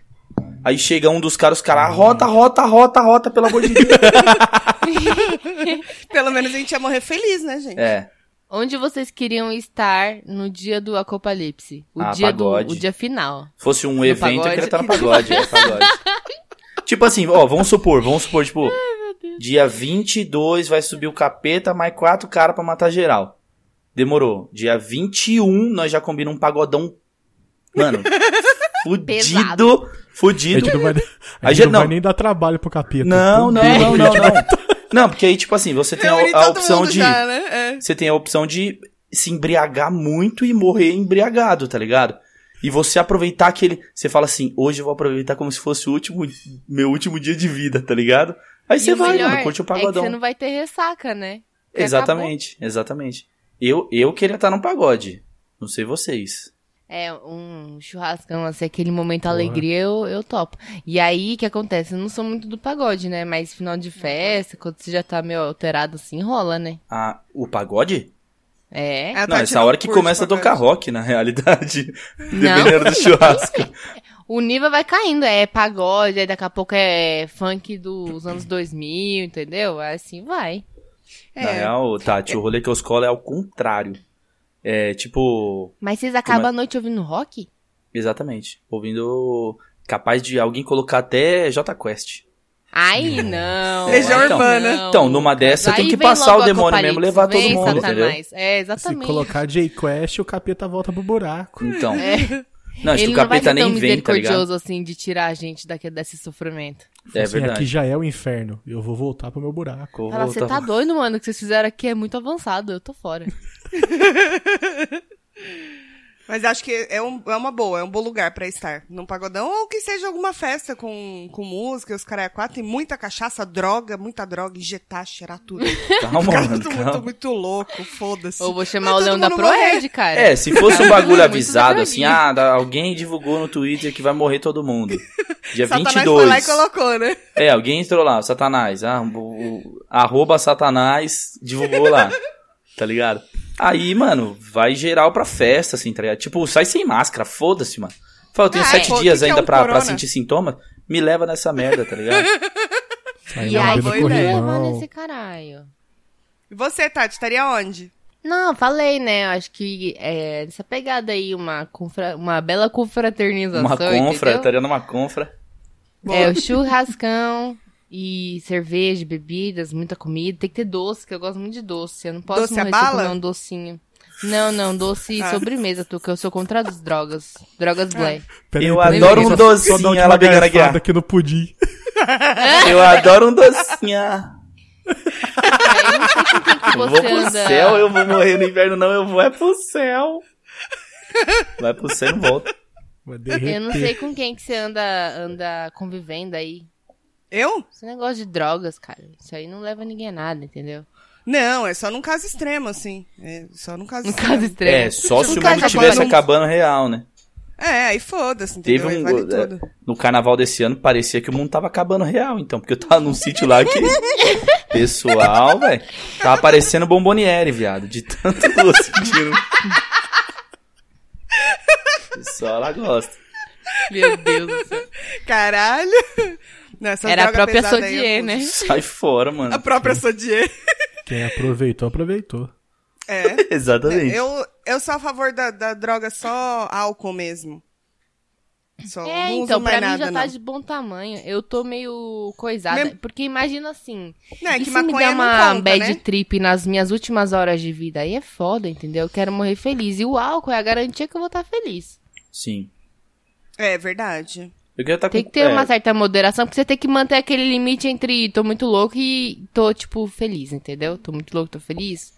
B: Aí chega um dos caras, os caras, rota, rota, rota, rota, pelo amor de Deus.
C: Pelo menos a gente ia morrer feliz, né, gente?
B: É,
D: Onde vocês queriam estar no dia do acopalipse? O
B: Ah,
D: dia do,
B: pagode.
D: o dia final.
B: fosse um
D: No
B: evento, eu
D: pagode.
B: queria estar no pagode, é, pagode. Tipo assim, ó, vamos supor, vamos supor, tipo, dia 22 vai subir o capeta, mais quatro caras pra matar geral. Demorou. Dia 21 nós já combinamos um pagodão Mano, fudido,
E: A
B: fudido.
E: gente É não vai, a
B: é A
E: gente
B: gente-
E: não
B: não.
E: vai nem dar trabalho pro capeta.
B: Não, não,
E: Puta,
B: não, não, não. Não, porque aí, tipo assim, você tem a,
C: Reuni
B: a
C: todo
B: opção
C: mundo
B: de.
C: já, né? É.
B: Você tem a opção de se embriagar muito e morrer embriagado, tá ligado? E você aproveitar aquele. Você fala assim, hoje eu vou aproveitar como se fosse o último, meu último dia de vida, tá ligado? Aí
D: E
B: você
D: o
B: vai,
D: melhor
B: mano, curte o
D: É que
B: pagodão.
D: você não vai ter ressaca, né? Porque
B: Exatamente, exatamente. Eu, eu queria estar num pagode. Não sei vocês.
D: É, um churrascão, assim, aquele momento alegria, eu, eu topo. E aí, o que acontece? Eu não sou muito do pagode, né? Mas final de festa, quando você já tá meio alterado assim, rola, né?
B: Ah, o pagode?
D: É.
C: A
B: não,
C: Tati
B: essa hora que
C: curte
B: começa a
C: pagode.
B: tocar rock, na realidade. <laughs>
D: Não, <laughs>
B: Dependendo do churrasco.
D: o nível vai caindo. É pagode, aí daqui a pouco é funk dos anos 2000, entendeu? Aí Assim vai.
C: É.
B: Na real, Tati, o rolê que eu escola é ao contrário. É tipo.
D: Mas vocês acabam
B: Como é?
D: a noite ouvindo rock?
B: Exatamente. Ouvindo. Capaz de alguém colocar até J Quest.
D: Ai, não.
B: Legião
D: ai,
C: Urbana.
D: não.
B: Então, numa dessa,
D: Aí
B: tem que
D: vem
B: passar
D: logo
B: o demônio
D: Apocalipse,
B: mesmo, levar todo
D: vem
B: mundo,
D: Satanás. É,
E: Se
D: exatamente.
E: colocar J-Quest, o capeta volta pro buraco.
B: Então.
D: É.
B: Não, acho que
D: Ele
B: o
D: não vai
B: capeta
D: ser tão
B: nem vem, tá ligado?
D: misericordioso assim de tirar a gente daqui desse sofrimento.
B: É
E: Assim,
B: verdade.
E: Aqui já é o inferno. Eu vou voltar pro meu buraco.
B: Vou
D: Fala, você
B: voltar-
D: tá doido, mano? O que vocês fizeram aqui é muito avançado, eu
C: <laughs>
D: tô fora.
C: Mas acho que é, um- é uma boa, é um bom lugar pra estar. Num pagodão ou que seja alguma festa com, com música, os caras quatro e muita cachaça, droga, muita droga, injetar, cheirar tudo.
B: <laughs>
D: <laughs>
B: Calma,
C: Cara,
B: mano,
C: todo mundo
B: calma.
C: muito louco, foda-se.
D: Ou vou chamar
C: Vai
D: o
C: todo
D: Leão da
C: mundo morrer.
D: Proerd, cara.
B: É, se fosse um
D: Cara,
B: bagulho
D: muito
B: avisado,
D: doidinho.
B: assim, ah, da- alguém divulgou no Twitter que vai morrer todo mundo. Dia
C: Satanás
B: 22.
C: foi lá e colocou, né?
B: É, alguém entrou lá, Satanás. Ah, o, o- arroba Satanás divulgou lá. Tá ligado? Aí, mano, vai geral pra festa, assim, tá ligado? Tipo, sai sem máscara, foda-se, mano. Fala, eu tenho
C: Ah,
B: sete
C: é. Pô,
B: dias
C: que que é
B: ainda
C: um
B: pra, pra
C: corona?
B: sentir sintomas. Me leva nessa merda, tá ligado?
C: <laughs>
E: Aí
D: E
E: não
D: aí,
E: beba
C: boa
D: vou
C: ideia.
D: levar
E: corrimão.
D: nesse caralho.
C: E você, Tati, estaria onde?
D: Não, falei, né? Eu acho que é essa pegada aí, uma, confra... uma bela confraternização.
B: Uma confra,
D: entendeu?
B: tá ligado? Uma confra.
D: É, o churrascão e cerveja, bebidas, muita comida. Tem que ter doce, que eu gosto muito de doce. Eu não posso
C: Doce à
D: morrer se eu
C: bala?
D: comer um docinho. Não, não, doce e
C: Ah.
D: sobremesa, tu, que eu sou contra as drogas. Drogas black.
E: Pera
B: Eu
E: pera
B: adoro
E: só-
B: um
E: só
B: docinho,
E: dá a última
B: ela bem
E: garfada
B: gargalhada.
E: aqui no pudim.
B: Eu adoro um docinha.
D: Eu não sei com quem que
B: Eu
D: você
B: vou pro
D: anda.
B: céu, eu vou morrer no inverno, não, eu vou é pro céu. Vai pro céu e não volta.
E: Vai
D: Eu não
E: derreter.
D: sei com quem que você anda, anda convivendo aí.
C: Eu?
D: Esse negócio de drogas, cara. Isso aí não leva ninguém a nada, entendeu?
C: Não, é só num caso extremo, assim. É só num caso
D: No
C: extremo.
D: Um caso
B: É,
D: extremo.
B: só se o
C: Nunca
B: mundo
C: acabou,
B: tivesse
C: não.
B: acabando real, né?
C: É, aí foda-se, entendeu?
B: Teve
C: Aí
B: um.
C: vale
B: é,
C: tudo.
B: no carnaval desse ano, parecia que o mundo tava acabando real, então, porque eu tava num sítio lá que.
C: <laughs>
B: Pessoal, velho. Tava parecendo bomboniere, viado, de tanto doce sentindo. Pessoal, ela gosta.
D: Meu Deus do céu.
C: Caralho. <laughs> Não, essas
D: Era a
C: droga
D: própria
C: pesada aí eu
D: Sodier,
C: fujo.
D: né?
B: Sai fora,
C: A
B: mano.
C: própria Sodier.
E: Quem aproveitou, aproveitou.
C: É.
B: Exatamente.
C: Eu, eu sou a favor da, da droga só álcool mesmo. Só
D: É,
C: não
D: então,
C: uso mais
D: pra mim
C: nada,
D: já tá
C: não.
D: de bom tamanho. Eu tô meio coisada.
C: Mem-
D: Porque imagina assim.
C: Não, é
D: e
C: que
D: se me
C: maconha
D: der
C: não
D: uma
C: conta,
D: bad
C: né?
D: trip nas minhas últimas horas de vida, aí é foda, entendeu? Eu quero morrer feliz. E o álcool é a garantia que eu vou estar feliz.
B: Sim.
C: É verdade.
B: Eu queria estar com
D: Tem que ter
B: é,
D: uma certa moderação, porque você tem que manter aquele limite entre tô muito louco e tô, tipo, feliz, entendeu? Tô muito louco, tô feliz.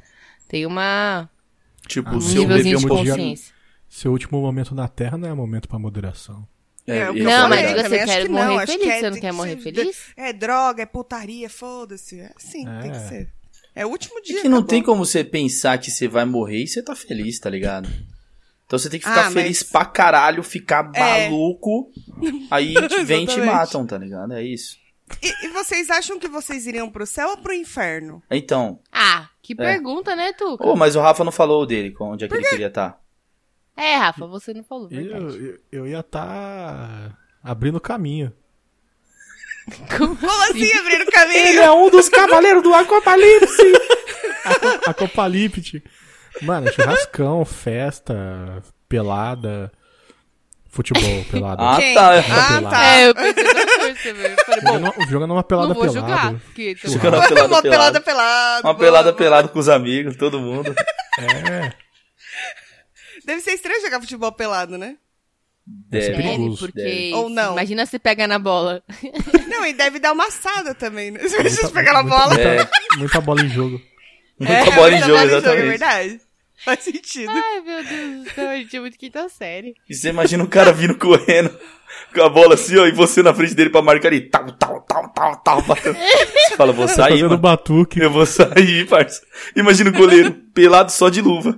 D: Tem uma
B: Tipo,
E: Ah,
D: um
B: se eu
D: nívelzinho
B: beber
D: de
B: um pouquinho.
D: consciência.
E: Seu último momento na Terra não é momento pra moderação.
B: É,
C: É, o que
B: isso
C: eu
B: é
D: Não, mas
C: falei,
B: verdade.
C: também
D: diga, você
C: acho
D: quer
C: que
D: morrer
C: não, acho
D: feliz?
C: que é-
D: você não
C: tem
D: quer
C: que
D: morrer
C: ser-
D: feliz?
C: É droga, é putaria, foda-se. É assim, tem que
E: É.
C: ser. É o último dia.
B: É que não
C: acabou.
B: tem como você pensar que você vai morrer e você tá feliz, tá ligado? Então você tem que
C: Ah,
B: ficar
C: mas-
B: feliz pra caralho, ficar
C: É.
B: maluco,
C: <laughs>
B: aí te vem e te
C: Exatamente.
B: matam, tá ligado? É isso.
C: E, e vocês acham que vocês iriam pro céu ou pro inferno?
D: <laughs>
B: Então,
D: Ah, que pergunta, né, Tuca?
B: ô, mas o Rafa não falou o dele, com- onde é que ele queria estar.
D: É, Rafa, você não falou,
E: Eu,
D: verdade. <laughs>
E: eu, eu ia estar abrindo caminho.
D: Como
C: Como
D: assim?
C: assim abrir o <laughs> caminho?
A: é um dos cavaleiros do Aquapalipse.
E: <laughs> Acopalipte. Mano, churrascão, festa, pelada,
B: <laughs>
E: futebol, pelada.
B: Ah,
C: Quem?
B: tá. <laughs>
C: Ah,
E: Pelado.
C: tá.
D: É, eu pensei na força, velho. Eu Falei, bom,
E: Jogando uma- Jogando uma <laughs> é pelada
D: não vou
E: pelada.
D: julgar. Porque
B: Churrasco. Jogando uma pelada
C: Uma pelada
B: pelada.
C: pelada.
B: Uma pelada pelado com os amigos, todo mundo.
E: É,
D: <laughs>
C: Deve ser estranho jogar futebol pelado, né?
E: Deve.
A: é
B: É.
D: Deve,
E: perigoso.
D: é porque
B: Deve.
C: Ou não.
D: imagina se pega na bola.
C: Não, e deve dar uma assada também, né? Se <laughs> vocês
B: tá
C: pegarem a bola.
E: Muita,
B: É.
E: muita bola em jogo.
B: Muita
C: É,
B: bola em
C: muita
B: jogo,
C: bola é
B: exatamente.
C: verdade. Faz sentido.
D: Ai, meu Deus do céu, a gente é muito quinta série.
B: e você imagina o cara vindo correndo com a bola assim, ó, e você na frente dele pra marcar e tal, tal, tal, tal, tal, batendo. Você fala, vou sair,
E: Fazendo
B: mano.
E: batuque.
B: Eu vou sair, parça. Imagina o goleiro pelado só de luva.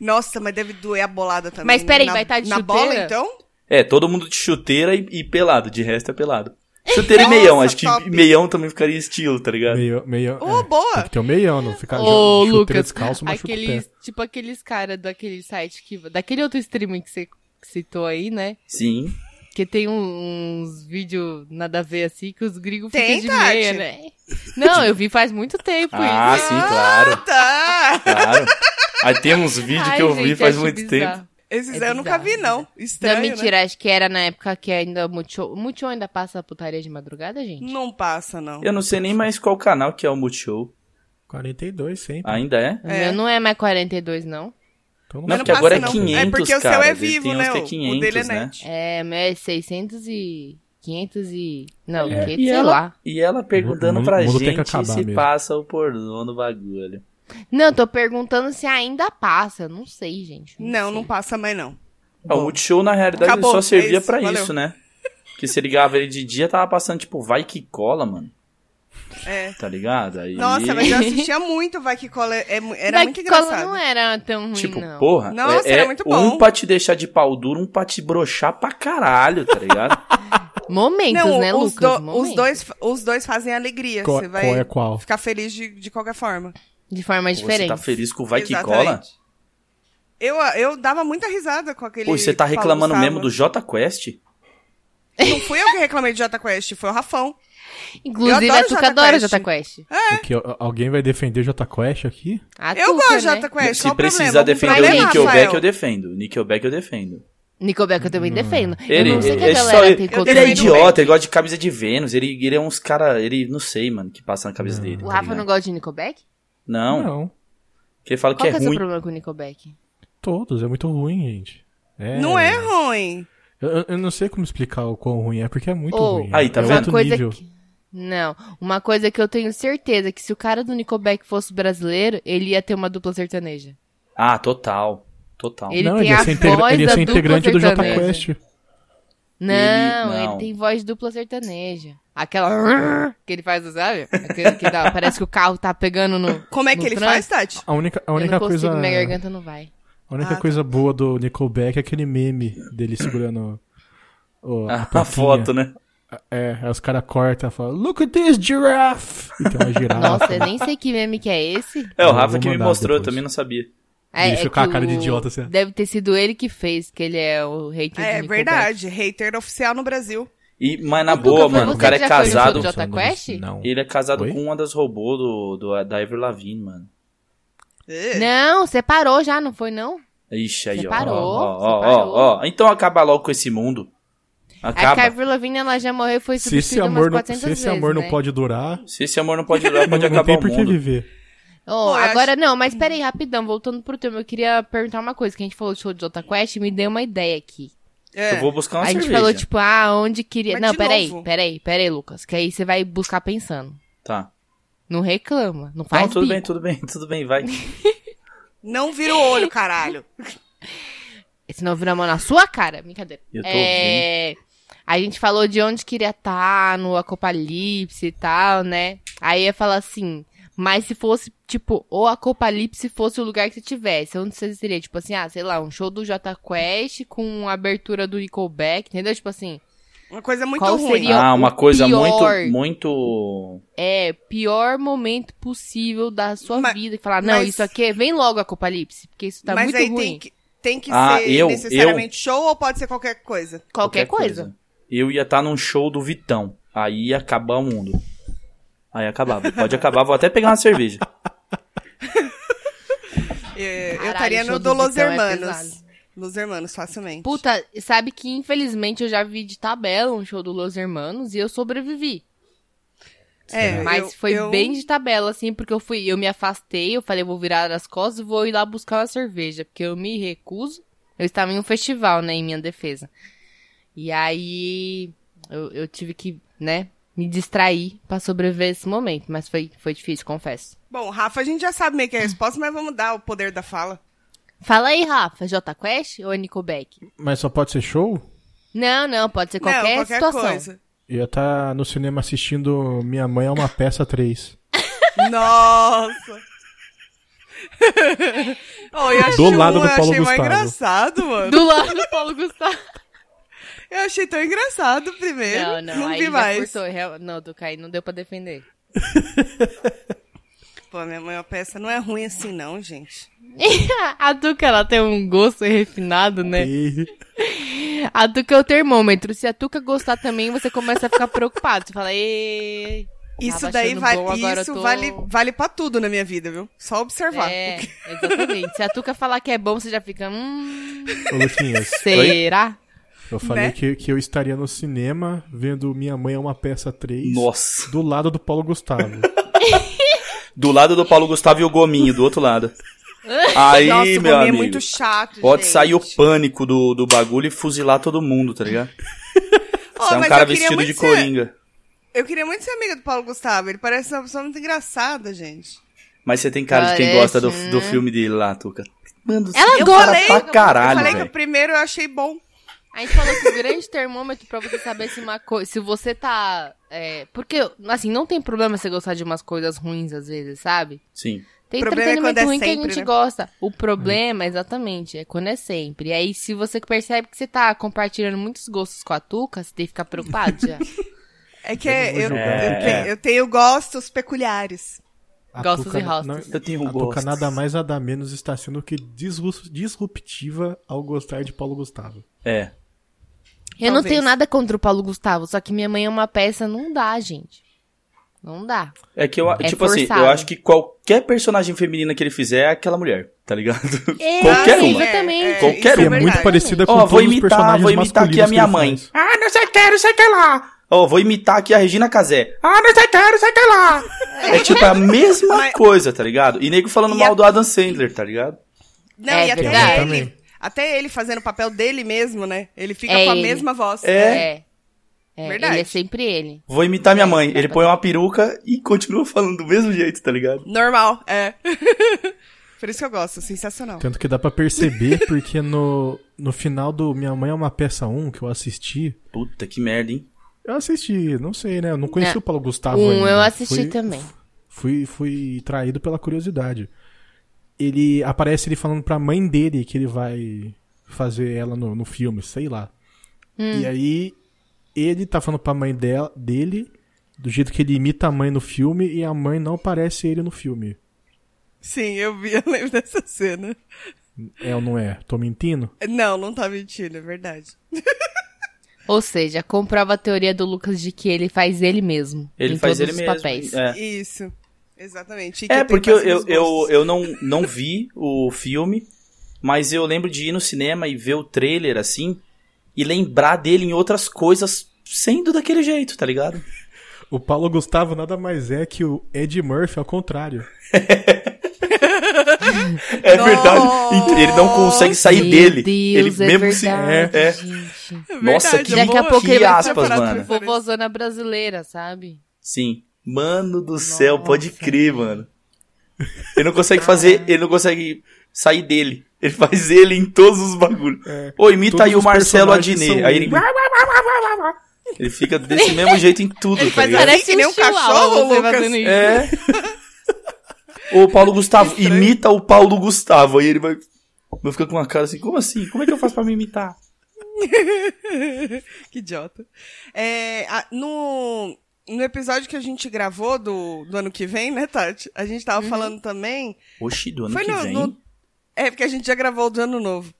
C: Nossa, mas deve doer a bolada também.
D: Mas peraí,
C: na,
D: vai tá de
C: Na
D: chuteira?
C: bola, então?
B: É, todo mundo de chuteira e, e pelado, de resto é pelado. Chuteira e
C: Nossa,
B: meião, acho que
C: top.
B: meião também ficaria estilo, tá ligado?
E: Meio, meio,
C: Ô,
E: é,
C: boa.
E: Tem que ter o meião, não ficar
D: Ô,
E: jogando Ah, chuteira
D: Lucas,
E: descalço, mas chuta o pé.
D: aqueles, tipo aqueles caras daquele site que. Daquele outro streaming que você citou aí, né?
B: Sim.
D: Que tem um- uns vídeos nada a ver assim, que os gringos
C: Tem,
D: ficam de
C: Tati?
D: meia, né? Não, eu vi faz muito tempo
B: Ah,
D: isso.
B: sim, claro,
C: Tá.
B: claro. Aí tem uns vídeos
D: Ai,
B: que eu vi
D: gente,
B: faz
D: acho
B: muito
D: bizarro.
B: tempo.
C: Esses
D: É
C: eu nunca
D: bizarro,
C: vi, não.
D: Não,
C: Estranho, né?
D: mentira, acho que era na época que ainda o Multishow... o Multishow ainda passa putaria de madrugada,
C: né?
D: gente?
C: Não passa, não.
B: Eu não sei nem mais qual canal que é o Multishow.
E: 42 sempre.
B: Ainda é?
D: O meu não é mais 42, não.
E: Então
B: Não,
C: Mas
E: sei.
B: porque
C: passa,
B: agora é
C: não.
B: 500,
C: É porque o seu
B: cara.
C: é
B: Ele tem
C: vivo,
B: uns
C: né?
B: que é
C: O- o
B: 500,
C: dele é
B: né?
C: net.
D: É, o meu é 600 e... 500 e... Não,
B: É,
D: 500
B: e
D: sei
B: ela-
D: lá.
B: E ela perguntando
E: O mundo-
B: pra
E: o mundo tem que
B: gente
E: acabar
B: se
E: mesmo.
B: passa o pornô no bagulho.
D: Não, eu tô perguntando se ainda passa. Eu não sei, gente.
C: Não, não
D: sei.
C: passa mais, não.
B: Ah, o Multishow, na realidade, ele
C: Acabou,
B: só
C: é
B: servia
C: isso,
B: pra
C: valeu.
B: isso, né? Porque se ligava ele de dia, tava passando, tipo, vai que cola, mano.
C: É.
B: Tá ligado? Aí...
C: Nossa, mas eu assistia muito Vai Que Cola. é mu- era
D: Mas
C: muito
D: que cola
C: engraçado.
D: não é era tão ruim,
B: Tipo,
D: não.
B: porra,
C: Nossa,
B: é,
C: era
B: é
C: muito
B: um
C: bom.
B: pra te deixar de pau duro, um pra te broxar pra caralho, tá
D: <laughs>
B: ligado?
D: Momentos,
C: Não,
D: né,
C: os,
D: Lucas?
C: do-
D: Momentos.
C: os dois, os dois fazem alegria.
E: Qual,
C: Você vai
E: qual é qual?
C: ficar feliz de, de qualquer forma.
D: De
B: Pô,
D: forma
B: você
D: É diferente.
B: tá feliz com o vai que cola?
C: Exatamente. Eu, eu dava muita risada com aquele.
B: Pô, você tá
C: Paulo
B: reclamando
C: Gustavo.
B: mesmo do Jota Quest?
C: Não fui eu que reclamei de Jota Quest, foi o Rafão.
D: Inclusive,
C: Eu adoro
D: a Tuca
C: Jota
D: adora
C: Quest.
D: Jota Quest.
C: é.
E: Porque al- alguém vai defender Jota Quest aqui?
D: A
C: eu
D: Tuca,
C: gosto de
D: né?
C: Jota Quest, qual
B: se
C: o um problema?
B: precisar
C: Algum
B: defender
D: problema,
B: o
C: Rafael?
B: Nickelback, eu defendo. O Nickelback eu defendo.
D: Nickelback eu também defendo.
B: Hum. Ele,
D: eu não sei que
B: ele-
D: a
B: ele
D: galera
B: só-
D: tem
B: ele,
D: contra
B: é
D: mim.
C: idiota.
B: idiota, ele gosta de camisa de Vênus, ele, ele é uns cara, ele não sei, mano, que passa na cabeça dele. tá
D: O Rafa
B: ligado?
D: não gosta de Nickelback?
B: Não, porque ele fala
D: Qual
B: que é
D: que é o seu
B: ruim.
D: problema com o Nickelback?
E: Todos, é muito ruim, gente. É,
C: Não é ruim.
E: Eu, eu- eu não sei como explicar o quão ruim é, porque é muito
D: Ô,
E: ruim.
B: Aí, tá
E: é
B: vendo?
E: outro nível.
D: que... Não, uma coisa que eu tenho certeza que se o cara do Nickelback fosse brasileiro, ele ia ter uma dupla sertaneja.
B: Ah, total. Total.
D: Ele
E: não,
D: tem
E: ele ia
D: a
E: ser, integra-
D: voz
E: ele ia
D: da
E: ser
D: dupla
E: integrante do Jota
D: sertaneja.
E: Quest.
D: Não,
B: Ele-
D: ele,
B: não.
D: tem voz de dupla sertaneja. Aquela <laughs> que ele faz, sabe? Aquele que dá, parece que o carro tá
E: <laughs>
D: pegando no.
C: Como é que
D: no
C: ele
D: trânsito.
C: faz, Tati?
E: A única, a
D: eu
E: única
D: não consigo,
E: coisa, é-
D: minha garganta não vai.
E: a única
C: Ah, tá.
E: coisa boa do Nickelback é aquele meme dele segurando o,
B: Ah,
E: plaquinha.
B: a foto, né?
E: É, aí os caras cortam e falam, look at this giraffe! E tem uma girafa. né?
D: Nossa, eu nem sei que meme que é esse.
B: É, o
E: Eu
B: Rafa
E: vou
B: que me
E: mandar
B: mostrou, eu
E: depois.
B: também não sabia.
D: É,
E: Deixa
D: é
E: eu com a
D: que
E: cara de
D: o-
E: idiota, assim.
D: Deve ter sido ele que fez, que ele é o hater do
C: É
D: Nickelback.
C: verdade, hater oficial no Brasil.
B: E, mas na
D: Ô, Tuca,
B: boa,
D: foi
B: mano,
D: você
B: o cara
D: que
B: é
D: já foi no show
B: casado.
D: do Jota Quest?
E: Não.
B: Ele é casado
E: Oi?
B: com uma das robôs do, do- da Ever Lavigne, mano.
D: Né?
C: É.
D: Não, separou já, não foi não?
B: Ixi, aí, ó,
D: Separou,
B: ó. Ó, ó,
D: separou.
B: ó, ó. Então acaba logo com esse mundo.
D: É A
B: Acaba.
D: Avril Lavigne, ela já morreu e foi
E: Se esse
D: substituída
E: amor,
D: umas
E: não,
D: 400
E: se esse
D: vezes,
E: amor não
D: né?
E: pode durar,
B: Se esse amor não pode durar, pode
E: não, não
B: acabar
E: tem
B: o
E: por que
B: mundo.
E: viver.
D: Ô,
C: Pô, eu
D: agora não, mas peraí, rapidão, voltando pro tema, eu queria perguntar uma coisa, que a gente falou do show de Jota Quest, me deu uma ideia aqui.
C: É.
B: Eu vou buscar uma
D: a gente
B: cerveja.
D: falou, tipo, ah, onde queria...
C: Mas
D: não,
C: de
D: peraí,
C: novo.
D: peraí, peraí, Lucas, que aí você vai buscar pensando.
B: Tá.
D: Não reclama, não faz
B: Não, tudo
D: bico.
B: bem, tudo bem, tudo bem, vai.
C: Não vira o olho, caralho.
D: Senão vira a mão na sua cara. Brincadeira.
B: Eu tô
D: é... A gente falou de onde queria estar no Acopalipse e tal, né? Aí eu ia falar assim, mas se fosse, tipo, o Acopalipse fosse o lugar que você tivesse, onde você seria? Tipo assim, ah, sei lá, um show do Jota Quest com a abertura do Nickelback, entendeu? Tipo assim,
C: Uma coisa muito
D: Qual
C: ruim.
D: seria-
B: Ah,
D: o
B: uma coisa
D: pior.
B: muito, muito...
D: é, pior momento possível da sua
C: Mas-
D: vida. E falar, não,
C: mas-
D: isso aqui, é, vem logo Acopalipse, porque isso tá
C: Mas
D: muito
C: aí
D: ruim.
C: tem que, tem que
B: Ah,
C: ser
B: eu-
C: necessariamente show ou pode ser qualquer coisa?
D: Qualquer, coisa.
B: Eu ia estar num show do Vitão. Aí ia acabar o mundo. Aí acabava. Pode acabar, vou até pegar uma
C: <laughs>
B: cerveja.
C: É, eu
D: Caralho,
C: estaria
D: show
C: no
D: do
C: do Los
D: Vitão é
C: Hermanos.
D: pesado.
C: Los Hermanos, facilmente.
D: Puta, sabe que infelizmente eu já vi de tabela um show do Los Hermanos e eu sobrevivi. É, mas eu, foi eu... bem de tabela, assim, porque eu fui, eu me afastei, eu falei, eu vou virar as costas e vou ir lá buscar uma cerveja, porque eu me recuso. Eu estava em um festival, né, em minha defesa. E aí eu, eu tive que, né, me distrair para sobreviver esse momento, mas foi, foi difícil, confesso.
C: Bom, Rafa, a gente já sabe meio que a resposta, mas vamos dar o poder da fala.
D: Fala aí, Rafa, J Quest ou Nico Beck?
E: Mas só pode ser show?
D: Não, não, pode ser qualquer, não, qualquer situação. Coisa.
E: Eu ia estar tá no cinema assistindo Minha Mãe é uma Peça 3.
C: Nossa! oh, eu do lado do Paulo Gustavo. engraçado, mano.
D: <laughs> Do lado do Paulo <laughs> Gustavo.
C: Eu achei tão engraçado primeiro. Não, não, não vi mais.
D: Curtou. Não, do Caí não deu pra defender. <laughs>
C: Pô, minha mãe, a peça não é ruim assim, não, gente.
D: a Tuca, ela tem um gosto refinado,
B: É.
D: né? a Tuca é o termômetro. Se a Tuca gostar também, você começa a ficar preocupado. Você fala, ei.
C: Isso daí vai, bom, isso tô... vale, vale pra tudo na minha vida, viu? Só observar.
D: É, exatamente. Se a Tuca falar que é bom, você já fica. Hum.
E: Ô, Luquinhas.
D: Será? Oi?
E: Eu falei né? que, que eu estaria no cinema vendo Minha Mãe é uma Peça 3
B: Nossa.
E: do lado do Paulo
B: <laughs>
E: Gustavo.
B: do lado do Paulo Gustavo e o Gominho, do outro
C: <laughs>
B: lado. Aí,
C: Nossa, o
B: meu amigo.
C: É muito chato,
B: pode
C: gente.
B: sair o pânico do, do bagulho e fuzilar todo mundo, tá ligado?
C: oh,
B: Sai um cara vestido de
C: ser...
B: coringa.
C: Eu queria muito ser amiga do Paulo Gustavo. Ele parece uma pessoa muito engraçada, gente.
B: Mas você tem cara parece, de quem gosta do, né? do filme dele lá, Tuca.
D: Mano, Ela gosta
B: é um pra caralho,
C: Eu falei
B: véio.
C: que o primeiro eu achei bom.
D: A gente falou que o grande termômetro pra você saber se uma coisa. Se você tá. É, porque, assim, não tem problema você gostar de umas coisas ruins às vezes, sabe?
B: Sim.
D: Tem
C: o problema
D: entretenimento
C: é
D: ruim
C: é sempre,
D: que a gente
C: né?
D: gosta. O problema, exatamente, é quando é sempre. E aí, se você percebe que você tá compartilhando muitos gostos com a Tuca, você tem que ficar preocupado já.
C: É que eu, eu, eu
E: é.
C: tenho, eu tenho gostos peculiares.
E: A
D: Gostos
E: Tuca
D: e rostos.
E: não-
B: Eu tenho
E: A Tuca
B: gostos.
E: nada mais nada menos está sendo que disru- disruptiva ao gostar de Paulo Gustavo.
B: É.
D: Eu não
C: Talvez.
D: tenho nada contra o Paulo Gustavo, só que minha mãe é uma peça, não dá, gente. Não dá.
B: É que eu,
D: É
B: tipo assim,
D: forçado.
B: eu acho que qualquer personagem feminina que ele fizer é aquela mulher, tá ligado?
D: É,
B: Qualquer
D: sim,
B: uma.
D: Exatamente.
C: É, é,
B: Qualquer um.
C: isso
E: Que é
B: uma.
C: verdade.
E: muito parecida <laughs> com
B: Ó,
E: todos
B: vou
E: os
B: imitar,
E: personagens
B: vou imitar aqui a
E: masculinos que
B: minha
E: ele
B: mãe.
E: faz.
B: Ah, não sei que, não sei que lá. Ó, vou imitar aqui a Regina Casé. Ah, não sei que, não sei que
D: <laughs>
B: lá. É tipo a mesma
C: Mas-
B: coisa, tá ligado? E nego falando
C: E
B: mal
C: a-
B: do Adam Sandler, tá ligado?
C: Não,
D: É
C: e até
D: verdade.
E: Também.
C: ele. Até ele fazendo o papel dele mesmo, né? Ele fica
D: É
C: com a
D: ele.
C: mesma voz.
B: É.
D: É. É,
C: Verdade.
D: Ele é sempre ele.
B: Vou imitar minha mãe. Ele põe uma peruca e continua falando do mesmo jeito, tá ligado?
C: Normal, é. <laughs> Por isso que eu gosto, sensacional.
E: Tanto que dá pra perceber, porque no, no final do Minha Mãe é uma Peça 1, que eu assisti.
B: Puta que merda, hein?
E: Eu assisti, não sei, né? Eu não conheci
D: Não.
E: o Paulo Gustavo
D: um
E: ainda.
D: eu assisti
E: Fui-
D: também.
E: Fui, fui traído pela curiosidade. Ele aparece ele falando pra mãe dele que ele vai fazer ela no, no filme, sei lá.
D: Hum.
E: E aí ele tá falando pra mãe dela, dele, do jeito que ele imita a mãe no filme, e a mãe não parece ele no filme.
C: Sim, eu vi, <laughs> eu lembro dessa cena.
E: É ou não é? Tô mentindo?
C: Não, não tá mentindo, é verdade.
D: Ou seja, comprova a teoria do Lucas de que ele faz ele mesmo.
B: Ele
D: em
B: faz
D: todos
B: ele
D: os
B: mesmo.
D: papéis.
B: É.
C: Isso, exatamente. E que
B: É,
C: tem
B: porque eu, eu,
C: péssimos
B: eu,
C: gostos.
B: eu não, não vi o filme, mas eu lembro de ir no cinema e ver o trailer assim e lembrar dele em outras coisas sendo daquele jeito, tá ligado?
E: O Paulo Gustavo nada mais é que o Ed Murphy, ao contrário.
B: É verdade. E Ele não consegue sair
D: Meu
B: dele.
D: Deus,
B: ele
D: é
B: mesmo
D: verdade,
B: se. É, é.
D: gente.
C: É
B: Nossa,
C: verdade,
B: que-
C: eu
D: Daqui a
C: vou-
D: pouco
B: que
D: ele vai
B: aspas,
D: ser
B: mano.
D: vovozona brasileira, sabe?
B: Sim. Mano do céu, pode crer, mano. Ele não consegue fazer. Ele não consegue sair dele. Ele faz ele em todos os bagulhos. Ô, imita
E: É, todos
B: aí o
E: os
B: Marcelo
E: personagens
B: Adnet.
E: são
B: Aí ele.
E: ele.
B: Ele fica desse
C: <laughs>
B: mesmo jeito em tudo,
D: Ele
B: tá
D: faz,
B: ligado?
D: parece
C: Que
D: um
C: nem um
D: chihuahua
C: cachorro,
D: você
C: Lucas.
D: fazendo isso.
B: É. O Paulo Gustavo imita o Paulo Gustavo. Aí ele vai, vai ficar com uma cara assim: como assim? Como é que eu faço pra me imitar?
C: <laughs> que idiota. É, a- no, no episódio que a gente gravou do, do ano que vem, né, Tati? A gente tava falando também.
B: Oxi, Uhum. do ano
C: Foi
B: que
C: no,
B: vem.
C: no- É, porque a gente já gravou o do ano novo.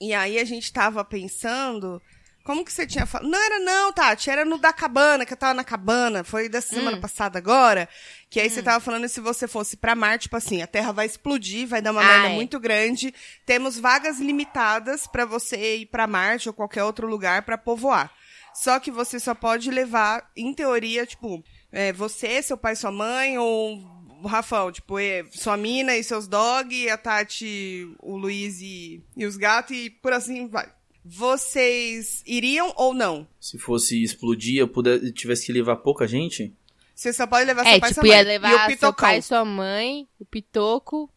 C: E aí a gente tava pensando. Como que você tinha falado? Não era não, Tati, era no da cabana, que eu tava na cabana, foi da semana passada agora, que aí você tava falando se você fosse pra Marte, tipo assim, a Terra vai explodir, vai dar uma
D: Ah,
C: merda
D: é.
C: muito grande, temos vagas limitadas pra você ir pra Marte ou qualquer outro lugar pra povoar. Só que você só pode levar, em teoria, tipo, é, você, seu pai, sua mãe, ou o Rafão, tipo, é, sua mina e seus dog, a Tati, o Luiz e, e os gatos, e por assim vai. Vocês iriam ou não?
B: Se fosse explodir, eu puder, tivesse que levar pouca gente?
C: Você só pode levar
D: É,
C: seu pai e
D: tipo,
C: sua
D: ia
C: mãe. e o
D: levar seu
C: pitocão.
D: pai, sua mãe, o pitoco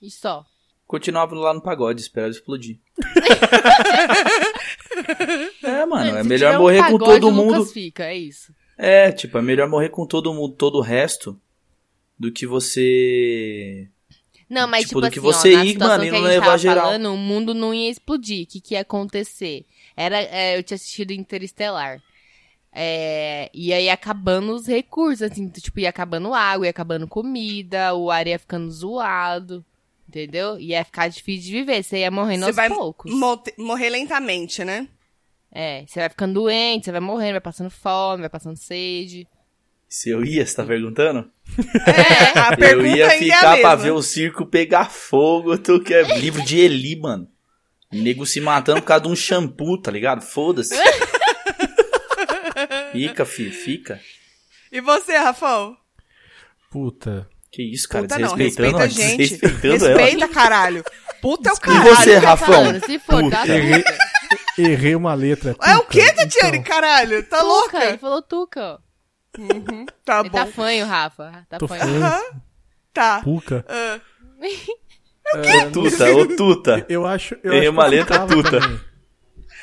D: e só.
B: Continuava lá no pagode, esperava
C: <laughs>
B: explodir. é, mano, é
D: Se
B: melhor
D: tiver um
B: morrer com
D: pagode,
B: todo
D: o Lucas
B: mundo.
D: fica, é isso.
B: É, tipo, é melhor morrer com todo mundo, todo o resto, do que você.
D: Não, mas
B: Tipo,
D: tipo,
B: do
D: assim,
B: que você
D: ó, na
B: ir,
D: situação
B: mano, e
D: que a
B: não
D: gente
B: levar
D: tava
B: geral.
D: falando, o mundo não ia explodir. O que, que ia acontecer? Era, é, eu tinha assistido Interestelar. É, e aí acabando os recursos, assim, tipo, ia acabando água, ia acabando comida, o ar ia ficando zoado, entendeu? Ia ficar difícil de viver, você ia morrendo
C: Você
D: aos
C: vai
D: poucos.
C: Monte- morrer
B: <laughs>
C: lentamente, né?
D: É, você vai ficando doente, você vai morrendo, vai passando fome, vai passando <laughs> sede.
B: Se eu ia, você tá perguntando?
C: É,
D: Ah,
C: a
B: Eu
C: pergunta
B: ia
C: ainda é a
B: ficar
C: mesma.
B: pra ver o circo pegar fogo, tu que é livro de Eli, mano. Nego se matando por causa de um shampoo, tá ligado?
C: <laughs>
B: Foda-se. Fica, fi, fica.
C: E você, Rafão?
E: Puta.
B: Que isso, cara,
C: Puta não,
B: desrespeitando,
C: respeita
B: ela,
C: a gente.
B: desrespeitando ela.
C: Respeita,
D: <laughs>
C: caralho. Puta é o
B: E
C: caralho.
B: você,
D: Tá
B: Rafão?
D: falando, se for, tá
B: Puta.
E: Errei, errei uma letra.
C: É o
E: Puta,
C: quê, Tatiane?
E: então,
C: Caralho, tá
D: Tuca, ele
C: louca?
D: falou Tuca.
C: Tá
D: Ele tá
C: bom.
D: fanho, Rafa. Tá
E: Tô
D: fanho.
E: falando
C: Tá.
E: puca.
C: Ah,
B: Ô, Tuta, ô, Tuta.
E: Eu acho. Eu acho que
B: Errei uma
E: eu
B: letra
E: ficava
B: tuta.
E: também.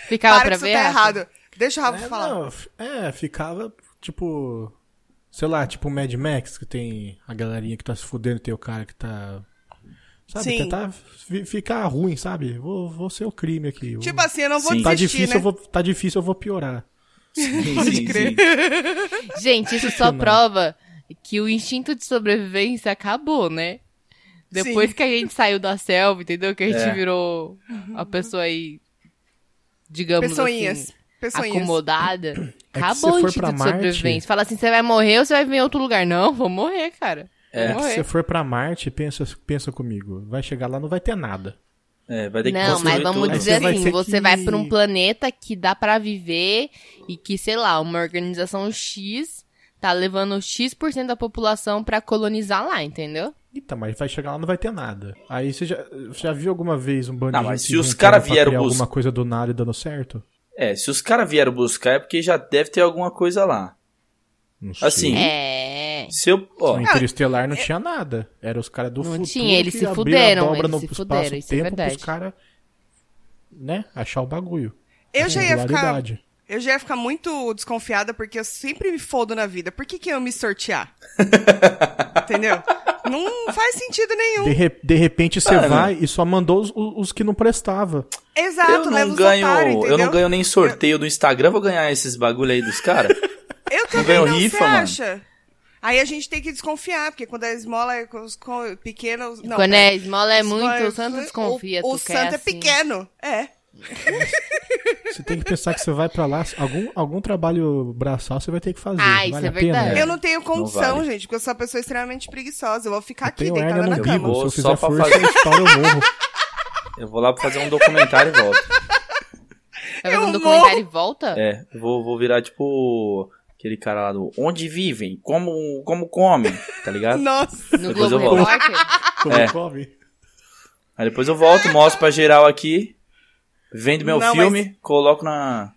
D: Ficava
C: para que
D: pra
C: isso
D: ver,
C: tá
D: Rafa?
C: errado. Deixa o Rafa
E: É,
C: falar.
E: não, f- é, ficava, tipo. Sei lá, tipo Mad Max, que tem a galerinha que tá se fudendo, tem o cara que tá. Sabe,
C: Sim.
E: tentar fi- ficar ruim, sabe? Vou, vou ser o crime aqui. Vou-
C: Tipo assim, eu não vou
B: Sim.
E: tá
C: desistir,
E: difícil,
C: né?
E: eu vou, tá difícil, eu vou piorar.
B: Sim, sim, sim.
E: <laughs>
D: Gente, isso só
E: Não.
D: prova que o instinto de sobrevivência acabou, né? Depois
C: Sim.
D: que a gente saiu da selva, entendeu? Que a gente
B: É.
D: virou a pessoa aí, digamos
C: Pessoinhas.
D: assim,
C: Pessoinhas.
D: acomodada.
E: É que se
D: acabou o
E: for
D: instinto
E: pra
D: de
E: Marte-
D: sobrevivência. Fala assim, você vai morrer ou você vai vir em outro lugar? Não, vou morrer, cara.
B: É.
D: Vou
E: Se
D: morrer.
E: você for pra Marte, pensa, pensa comigo. Vai chegar lá, não vai ter nada.
B: É, vai ter que
D: Não,
B: construir
D: mas vamos
B: tudo.
D: dizer
C: Então
E: Você vai
D: assim,
E: ter
D: você
E: que-
D: vai pra um planeta que dá pra viver e que, sei lá, uma organização X tá levando X% da população pra colonizar lá, entendeu?
E: Eita, mas vai chegar lá, não vai ter nada. Aí você já, já viu alguma vez um bando
B: Não,
E: de
B: mas
E: gente
B: se os
E: inventando
B: cara
E: pra
B: vieram
E: criar
B: bus-
E: alguma coisa do nada e dando certo?
B: É, se os caras vieram buscar é porque já deve ter alguma coisa lá.
E: Não sei.
B: Assim,
D: É.
B: Se eu, ó,
E: No Interestelar não tinha nada. Era os caras do
D: Não
E: futuro.
D: tinha, eles
E: que
D: se
E: abriram a
D: fuderam,
E: dobra
D: eles
E: no
D: se fuderam, isso é
E: espaço-tempo
D: verdade.
E: Pros caras, né? Achar o bagulho.
C: Eu
E: A
C: já ia ficar.
E: singularidade.
C: Eu já ia ficar muito desconfiada porque eu sempre me fodo na vida. Por que, que eu
B: <laughs>
C: me sortear? Entendeu? Não faz sentido nenhum.
E: De, re- de repente você
B: Cara. né?
E: vai e só mandou os, os que não prestava.
C: Exato,
B: eu
C: leva
B: não
C: os
B: ganho,
C: otários,
B: eu
C: entendeu?
B: não ganho nem sorteio do Instagram, vou ganhar esses bagulho aí dos
C: <laughs>
B: caras?
C: Eu também
B: ganho
C: não,
B: rifa,
C: você
B: mano.
C: acha? Aí a gente tem que desconfiar, porque quando a esmola é com os co- pequenos... Não,
D: Quando
C: pera-
D: é esmola é muito,
C: Esmola-
D: o santo desconfia.
C: O,
D: tu
C: o
D: quer
C: santo é
D: assim.
C: pequeno, é.
E: Você tem que pensar que você vai pra lá, algum, algum trabalho braçal você vai ter que fazer.
D: Ah, isso
E: vale
D: é
E: a pena.
D: verdade.
C: Eu não tenho condição,
B: vale.
C: gente, porque eu sou uma pessoa extremamente preguiçosa. Eu vou ficar
E: Eu
C: aqui,
E: tenho hérnia
C: deitada na
E: no
C: cama.
E: bico, se
B: Vou
E: eu fizer
B: só pra
E: força,
B: fazer-
E: eu estouro eu
B: <laughs>
E: morro.
B: Eu vou lá pra fazer um documentário e volto.
D: Vai fazer
C: Eu
D: um documentário e volta?
B: É, vou, vou virar tipo aquele cara lá do onde vivem, como, como comem, tá ligado?
C: Nossa,
D: No
B: Depois
D: Globo
B: eu volto.
D: Repórter?
E: Como
B: É.
E: come?
B: Aí depois eu volto, mostro pra geral aqui, vendo meu
C: Não,
B: filme, coloco na.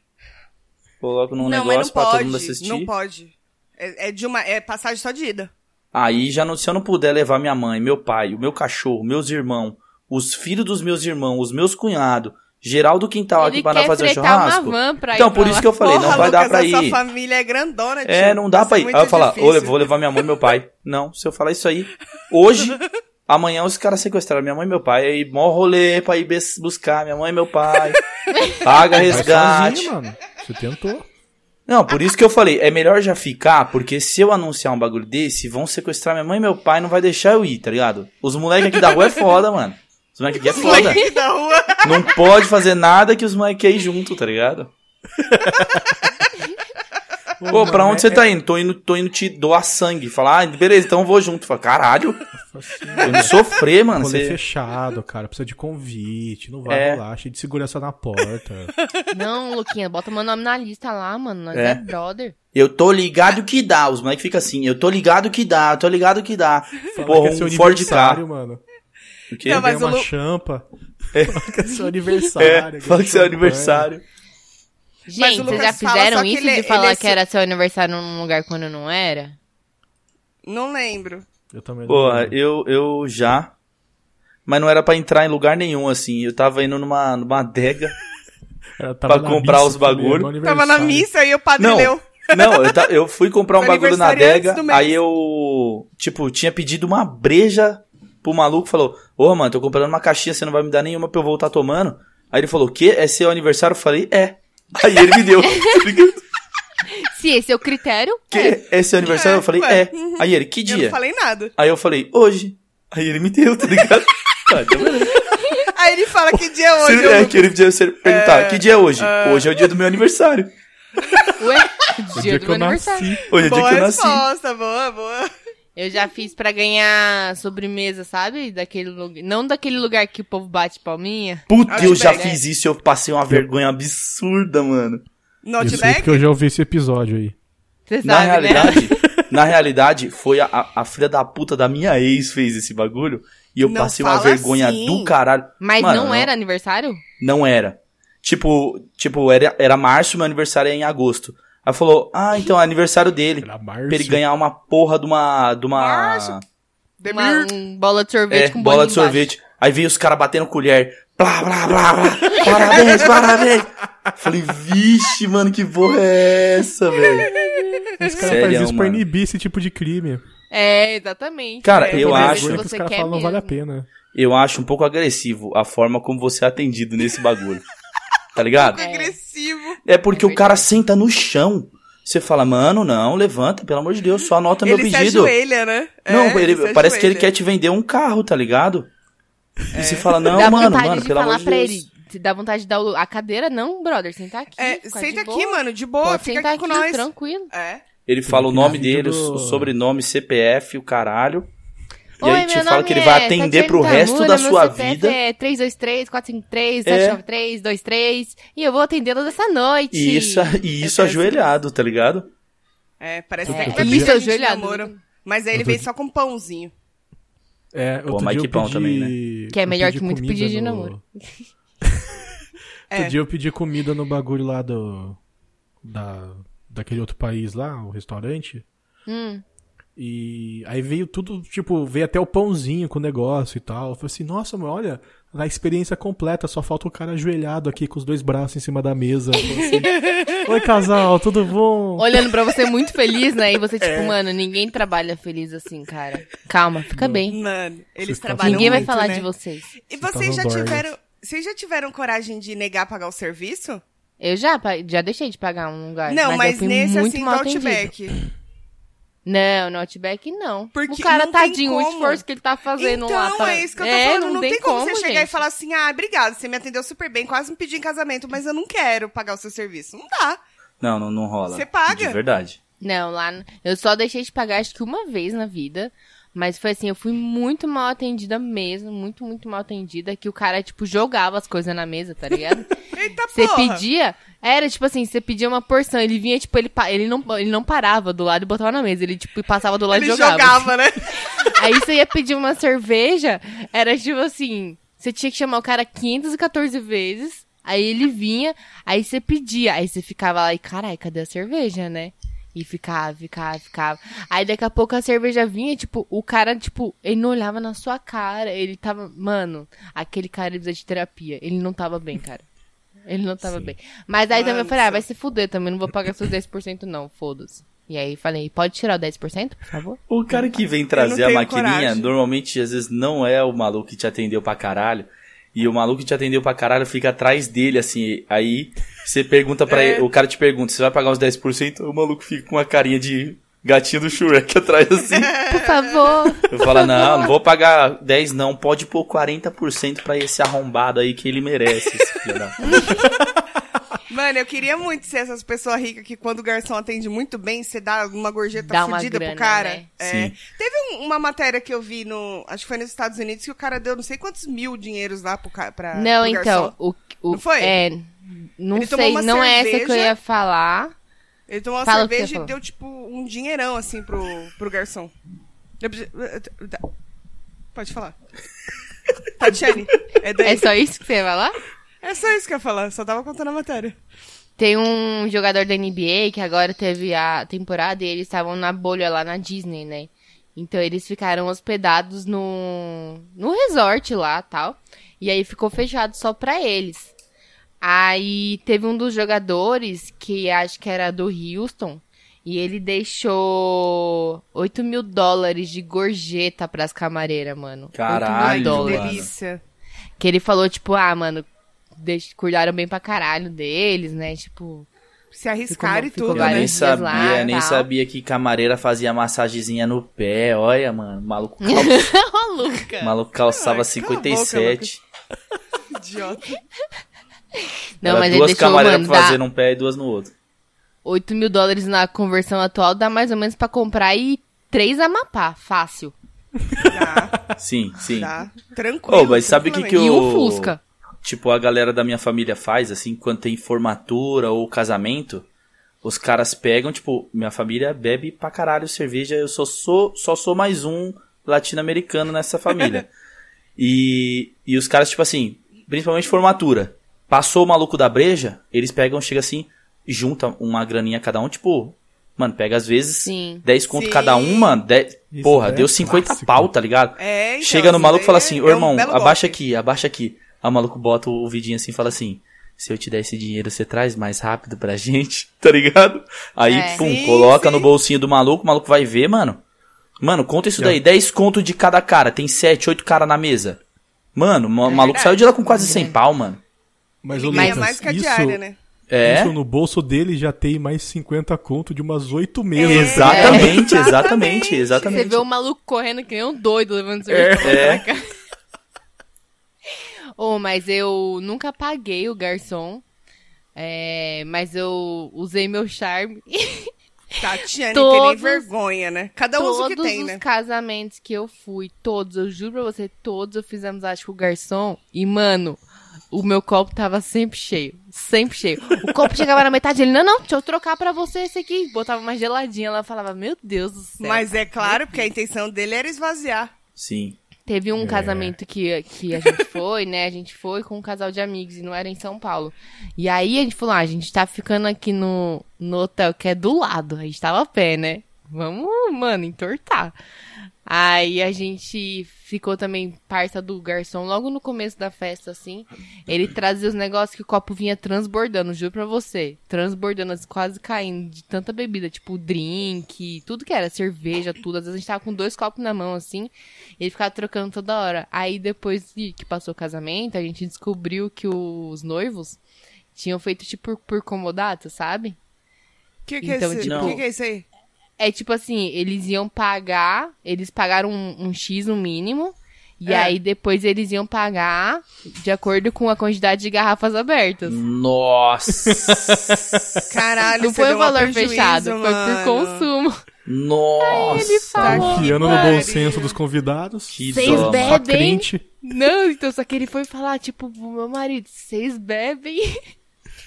B: Coloco num
C: não, mas não
B: Um negócio pra todo
C: pode,
B: mundo assistir.
C: não pode. É, é de uma, é passagem só de ida.
B: Aí já não, se eu não puder levar minha mãe, meu pai, o meu cachorro, meus irmãos, os filhos dos meus irmãos, os meus cunhados, geral do quintal
D: Ele
B: aqui para
D: quer
B: fazer
D: fretar uma
B: churrasco.
D: van pra ir
B: Então, por
D: pra
B: isso
D: lá.
B: que eu falei,
C: Porra,
B: não vai
C: Lucas,
B: dar pra
C: a sua
B: ir.
C: família é grandona, tio.
B: É, não dá
C: Vai
B: pra ir.
C: ser
B: Aí
C: muito
B: eu falar,
C: difícil.
B: "Ô, vou levar minha mãe e meu pai. Não, se eu falar isso aí,
C: <laughs>
B: hoje, amanhã os caras sequestraram minha mãe e meu pai, aí mó rolê pra ir bes- buscar minha mãe e meu
D: <laughs>
B: pai. Paga
E: Vai
B: resgate.
E: sozinho, mano. Você tentou.
B: Não, por isso que eu falei, é melhor já ficar, porque se eu anunciar um bagulho desse, vão sequestrar minha mãe e meu pai, não vai deixar eu ir, tá ligado? Os moleques aqui da rua é foda, mano. Os moleques aqui é foda.
C: Moleque da rua.
B: Não pode fazer nada que os moleques aí junto, tá ligado? Pô, Pô pra
E: é-
B: onde você tá indo? Tô indo, tô indo te doar sangue. Falar, ah, beleza, então eu vou junto. Fala, caralho. Tô indo sofrer, mano.
E: Rolê
B: Você...
E: fechado, cara. Precisa de convite. Não vai
B: É.
E: rolar. Cheio de segurança na
B: <laughs>
E: porta.
D: Não, Luquinha, bota meu nome na lista lá, mano. Nós
B: É.
D: é, brother.
B: Eu tô ligado que dá. Os moleques ficam assim, eu tô ligado que dá, eu tô ligado que dá.
E: Fala
B: Porra,
E: que é seu
B: um Ford
E: aniversário,
B: K.
E: mano.
B: O quê?
C: Não, mas
E: Ganha uma
C: o Lu-
E: champa. <laughs> Fala que é seu aniversário.
B: É,
E: ganha
B: fala que seu
E: champanhe.
B: aniversário.
D: Gente,
C: Lucas
D: vocês já
C: fala, só
D: fizeram
C: que
D: isso
C: ele-
D: de
C: ele
D: falar
C: é
D: que era seu aniversário num lugar quando não era?
C: Não lembro.
E: Eu também. não
B: Porra,
E: lembro.
B: eu, eu já. Mas não era pra entrar em lugar nenhum, assim. Eu tava indo numa, numa
C: <laughs>
B: adega.
E: Ela tava na
B: pra comprar
E: missa,
B: os
E: falei,
B: bagulho.
E: meu
C: Tava na
E: aniversário.
C: missa e o padre
B: Não,
C: leu.
B: não, eu, ta- eu fui comprar um
C: Foi
B: bagulho na
C: aniversário antes
B: adega.
C: do mês.
B: Aí eu, tipo, tinha pedido uma breja pro maluco. Falou, ô, mano, tô comprando uma caixinha, você não vai me dar nenhuma pra eu voltar tomando. Aí ele falou, o quê? É seu aniversário? Eu falei, é. <laughs> Aí ele me deu.
D: Se esse é o critério,
B: que? É seu aniversário?
C: É,
B: eu falei,
C: ué.
B: é. Aí ele, que
C: Eu não
B: dia?
C: falei nada.
B: Aí eu falei, hoje. Aí ele me deu, tá
C: <laughs>
B: ligado? Ah, então beleza.
C: Aí ele fala que dia é hoje.
B: Se-
C: eu-
B: é que ele podia ser perguntar, que dia é hoje? Hoje é o dia do meu aniversário.
D: ué, <laughs>
E: O
D: dia
E: dia
D: do
E: que
D: meu
E: eu
D: aniversário.
E: nasci.
B: Hoje é o dia
C: Boa
B: que eu nasci.
C: resposta, boa, boa.
D: Eu já fiz pra ganhar sobremesa, sabe? Daquele lugar. Não daquele lugar que o povo bate palminha.
B: Puta, eu já
C: Outback.
B: fiz isso e eu passei uma vergonha absurda, mano.
E: Eu sei
C: Notback?
E: porque eu já ouvi esse episódio aí.
D: Você
B: Na
D: sabe, né?
B: realidade, na realidade, foi a, a- a filha da puta da minha ex fez esse bagulho e eu
C: Não
B: passei uma
C: fala
B: vergonha
C: assim.
B: do caralho.
D: <laughs> Mas
B: Mano,
D: não era aniversário?
B: Não era. Tipo, tipo era, era março, meu aniversário é em agosto. Aí falou, ah, então é aniversário dele. Pra
E: Era março.
B: ele ganhar uma porra de uma. De uma
C: Março.
D: Uma um bola de sorvete
B: é,
D: com
B: bola
D: bolinho
B: de
D: embaixo.
B: sorvete. Aí veio os caras batendo colher. Blá, blá, blá, blá. Parabéns, parabéns. Falei, vixe, mano, que porra é essa, velho?
E: Os caras
B: Sério,
E: fazem isso pra
B: mano.
E: inibir esse tipo de crime.
D: É, exatamente.
B: Cara,
D: É,
B: eu
D: tem
B: acho-
D: coisa
E: Que
D: que
E: os
D: você
E: caras
D: quer
E: falam não vale a
D: mesmo.
E: pena.
B: eu acho um pouco agressivo a forma como você é atendido nesse bagulho. tá ligado?
D: É.
C: Agressivo.
B: É porque
D: É
B: o cara senta no chão. Você fala, mano, não, levanta, pelo amor de Deus, só anota meu
C: ele se
B: pedido.
C: ajoelha, né?
B: Tá Não,
C: É,
B: ele,
C: se
B: parece que ele quer
C: ajoelha. É.
B: te vender um carro, tá ligado? E você fala, não,
D: dá
B: mano,
D: vontade
B: mano,
D: de
B: pelo
D: falar
B: amor de
D: pra
B: Deus.
D: ele. Te dá vontade de dar o- a cadeira? Não, brother, senta aqui.
C: É,
D: fica
C: senta
D: de
C: aqui,
D: boa.
C: mano, de boa,
D: Pode
C: fica
D: sentar
C: aqui
D: aqui,
C: com nós.
D: tranquilo.
C: É.
B: Ele fala o
E: Tem que
B: nome
E: dar vídeo
B: dele,
E: do-
B: o sobrenome, CPF, o caralho. E
D: Oi,
B: aí te
D: meu
B: fala
D: nome
B: que ele
D: é
B: vai atender
D: Tatiane
B: pro resto da
D: Tamura,
B: sua
D: meu CPF
B: vida.
D: É 323, 453,
B: É.
D: 793, 23 e eu vou atendê-los essa noite.
B: E isso, e isso
D: Eu quero
B: ajoelhado, tá ligado?
C: É, parece
D: É,
C: que
E: Outro
C: vai
E: dia-
C: pedir
D: isso
C: a gente de
D: ajoelhado.
C: namoro. Mas aí ele
E: Outro
C: vem
E: dia-
C: só com pãozinho.
E: É, outro
B: mas
E: dia
B: que
E: eu
B: pão
E: pedi...
B: também,
D: Que é
E: eu
D: melhor
E: pedi
D: que muito
E: comida
D: pedido de
E: no-
D: namoro. É.
C: É.
E: <laughs> Outro dia eu pedi comida no bagulho lá do... Da... Daquele outro país lá, o restaurante.
D: Hum.
E: E aí veio tudo, tipo, veio até o pãozinho com o negócio e tal. Eu falei assim, nossa, mas olha, a experiência completa, só falta o cara ajoelhado aqui com os dois braços em cima da mesa. Eu falei
D: <laughs>
E: assim, Oi, casal, tudo bom?
D: Olhando pra você muito feliz, né? E você, tipo,
C: É.
D: mano, ninguém trabalha feliz assim, cara. Calma, fica bem.
C: Mano, eles
E: Vocês tá-
C: trabalham
D: Ninguém vai
C: muito,
D: falar
C: né?
D: de vocês.
C: E
E: Vocês
C: vocês já
E: estavam dorgas.
C: tiveram... Vocês já tiveram coragem de negar pagar o serviço?
D: Eu já, pa- já deixei de pagar um lugar.
C: não,
D: eu
C: mas,
D: fui
C: nesse
D: muito
C: assim do
D: mal atendida.
C: Outback.
D: Não, no Outback não.
C: Porque
D: o cara
C: não tem
D: tadinho, o
C: como.
D: esforço que ele tá fazendo lá.
C: Então,
D: pra-
C: é isso que eu tô
D: É,
C: falando. Não, tem, como, você chegar
D: gente.
C: e falar assim, ah, obrigado, você me atendeu super bem, quase me pediu em casamento, mas eu não quero pagar o seu serviço. Não dá.
B: Não, não, não rola.
C: Você paga.
B: De verdade.
D: Não, lá. n- Eu só deixei de pagar acho que uma vez na vida. Mas foi assim, eu fui muito mal atendida mesmo, muito, muito mal atendida, que o cara, tipo, jogava as coisas na mesa,
C: <laughs>
D: tá ligado?
C: Eita
D: Você
C: porra.
D: pedia, era tipo assim, você pedia uma porção, ele vinha, tipo, ele, pa- ele, não, ele não parava do lado e botava na mesa, ele, tipo, passava do lado
C: Ele
D: e jogava.
C: jogava, né? <laughs>
D: Aí você ia pedir uma cerveja, era tipo assim, você tinha que chamar o cara 514 vezes, aí ele vinha, aí você pedia, aí você ficava lá e, carai, cadê a cerveja, né? E ficava, ficava, ficava. Aí daqui a pouco a cerveja vinha, tipo, o cara, tipo, ele não olhava na sua cara, ele tava, mano, aquele cara ele precisa de terapia, ele não tava bem, cara. Ele não tava bem. Mas aí também eu falei, ah, vai se fuder também, não vou pagar seus 10% não, foda-se. E aí falei, pode tirar o 10%, por favor?
B: O cara que vem trazer a
C: tenho
B: maquininha,
C: coragem.
B: normalmente, às vezes, não é o maluco que te atendeu pra caralho. E o maluco que te atendeu pra caralho fica atrás dele, assim. Aí você pergunta
D: É.
B: pra ele, o cara te pergunta, você vai pagar uns 10%? O maluco fica com uma carinha de gatinho do Shrek <laughs> atrás, assim.
D: Por favor.
B: Eu falo, não, não vou pagar 10 não, pode pôr 40% pra esse arrombado aí que ele merece, esse filho da puta."
C: Mano, eu queria muito ser essas pessoas ricas que quando o garçom atende muito bem, você dá uma gorjeta
D: Dá uma
C: fodida pro
D: grana,
C: cara.
D: né?
C: É.
B: Sim.
C: Teve um- uma matéria que eu vi no. Acho que foi nos Estados Unidos que o cara deu não sei quantos mil dinheiros lá pro, ca- pra,
D: Não,
C: pro
D: então,
C: Ah, garçom.
D: o, o-
C: Não foi?
D: É, não
C: Ele tomou
D: sei,
C: uma
D: não é essa que eu
C: cerveja.
D: ia falar.
C: Ele tomou uma
D: Fala o que você
C: Então, cerveja e
D: falou.
C: deu, tipo, um dinheirão, assim, pro, pro garçom. Eu preciso- tá. Pode falar. Tatiane, é daí.
D: É só isso que você ia falar?
C: É só isso que eu ia falar, só tava contando a matéria.
D: Tem um jogador da NBA que agora teve a temporada e eles estavam na bolha lá na Disney, né? Então eles ficaram hospedados no, no resort lá tal. E aí ficou fechado só pra eles. Aí teve um dos jogadores, que acho que era do Houston, e ele deixou 8 mil dólares de gorjeta pras camareiras, mano. 8 mil
B: Caralho,
C: Ai, que
D: dólares.
B: Joana.
C: delícia.
D: Que ele falou, tipo, ah, mano, deix- cuidaram bem pra caralho deles, né? Tipo,
C: Se arriscar
D: Ficou-
C: e
D: ficou
C: tudo,
B: Eu
D: vários
B: nem
C: né?
D: dias lá,
B: sabia, nem
D: tal.
B: sabia que camareira fazia massagenzinha no pé. Olha, mano, o maluco, cal...
D: <laughs>
B: <laughs>
D: ô, Luca.
B: o maluco calçava
C: Ai, cala a boca,
B: 57.
C: Idiota.
D: Não,
B: Era
D: mas ele
B: duas
D: deixou,
B: camareiras
D: mano,
B: pra fazer
D: dá
B: num pé e duas no outro.
D: 8 mil dólares na conversão atual, dá mais ou menos pra comprar e 3 Amapá, fácil.
C: Dá,
B: Sim, sim.
C: dá. Tranquilo.
B: Ô, mas sabe o que que
C: tranquilamente.
D: E
B: Eu-
D: um Fusca.
B: Tipo, a galera da minha família faz, assim, quando tem formatura ou casamento, os caras pegam, tipo, minha família bebe pra caralho cerveja, eu só sou, só sou mais um latino-americano
E: <laughs>
B: nessa família. e, e os caras, tipo assim, principalmente formatura. Passou o maluco da breja, eles pegam, chega assim, junta uma graninha cada um, tipo, mano, pega às vezes
D: Sim.
B: 10 conto
C: Sim.
B: cada uma, 10,
E: Isso
B: porra,
E: é
B: deu 50
E: clássico.
B: pau, tá ligado?
C: É, então,
B: Chega no
C: isso
B: maluco e fala
C: daí
B: assim,
C: é
B: ô irmão,
C: um belo
B: abaixa
C: golpe.
B: aqui, abaixa aqui. Aí o maluco bota o vidinho assim e fala assim, se eu te der esse dinheiro, você traz mais rápido pra <laughs> gente, tá ligado? Aí,
D: É.
B: pum,
C: Sim,
B: coloca no
C: sim.
B: bolsinho do maluco, o maluco vai ver, mano. Mano, conta isso daí, 10 conto de cada cara, tem 7, 8 cara na mesa. Mano, o ma- maluco
C: É verdade.
B: saiu de lá com quase 100 pau, mano.
E: Mas,
C: Ele
E: ô,
C: ganha
E: Lucas,
C: é mais que a
E: isso,
C: diária, né?
B: É,
E: isso no bolso dele já tem mais 50 conto de umas 8 meses.
B: exatamente,
C: É.
B: exatamente,
C: Exatamente.
B: exatamente.
D: Você vê o maluco correndo que nem um doido levando cerveja pra
B: É.
D: lá pra cá. Ô, mas eu nunca paguei o garçom. É, mas eu usei meu charme.
C: Tá, Tatiane
D: Todos-
C: tem nem vergonha, né? Cada um usa o que
D: todos
C: tem,
D: os
C: né?
D: casamentos que eu fui, todos, eu juro pra você, todos eu fiz amizade com o garçom. E, mano, o meu copo tava sempre cheio. Sempre cheio. O copo chegava na metade, ele, não, não, deixa eu trocar pra você esse aqui. Botava uma geladinha lá, falava, meu Deus do céu.
C: Mas é claro,
D: Uhum.
C: porque a intenção dele era esvaziar.
B: Sim.
D: Teve um casamento que, que a gente foi, né? A gente foi com um casal de amigos e não era em São Paulo. E aí a gente falou: ah, a gente tá ficando aqui no, no hotel que é do lado. A gente tava a pé, né? Vamos, mano, entortar. Aí a gente ficou também parça do garçom logo no começo da festa, assim. Ele trazia os negócios que o copo vinha transbordando, juro pra você. Transbordando, assim, quase caindo de tanta bebida, tipo drink, tudo que era, cerveja, tudo. Às vezes a gente tava com dois copos na mão, assim, e ele ficava trocando toda hora. Aí depois de- que passou o casamento, a gente descobriu que os noivos tinham feito tipo por comodato, sabe?
C: O que, que, é
D: Então,
C: esse-
B: tipo-
C: que que é isso aí?
D: É tipo assim, eles iam pagar, eles pagaram um, um X, um mínimo, e
C: É.
D: aí depois eles iam pagar de acordo com a quantidade de garrafas abertas.
C: <laughs>
B: Nossa.
C: Caralho,
D: Não
C: Hum. você
D: foi
C: deu um
D: o
C: uma
D: valor
C: prejuízo,
D: fechado, foi por
C: mano.
D: consumo. <laughs>
B: Nossa.
D: falou.
E: Confiando no
D: Maria.
E: bom senso dos convidados.
B: Que
F: Vocês
B: dó, mano.
F: bebem?
E: Pra
F: É
D: bem-
E: crente.
D: Não, então só que ele foi falar, tipo, pro meu marido, vocês bebem?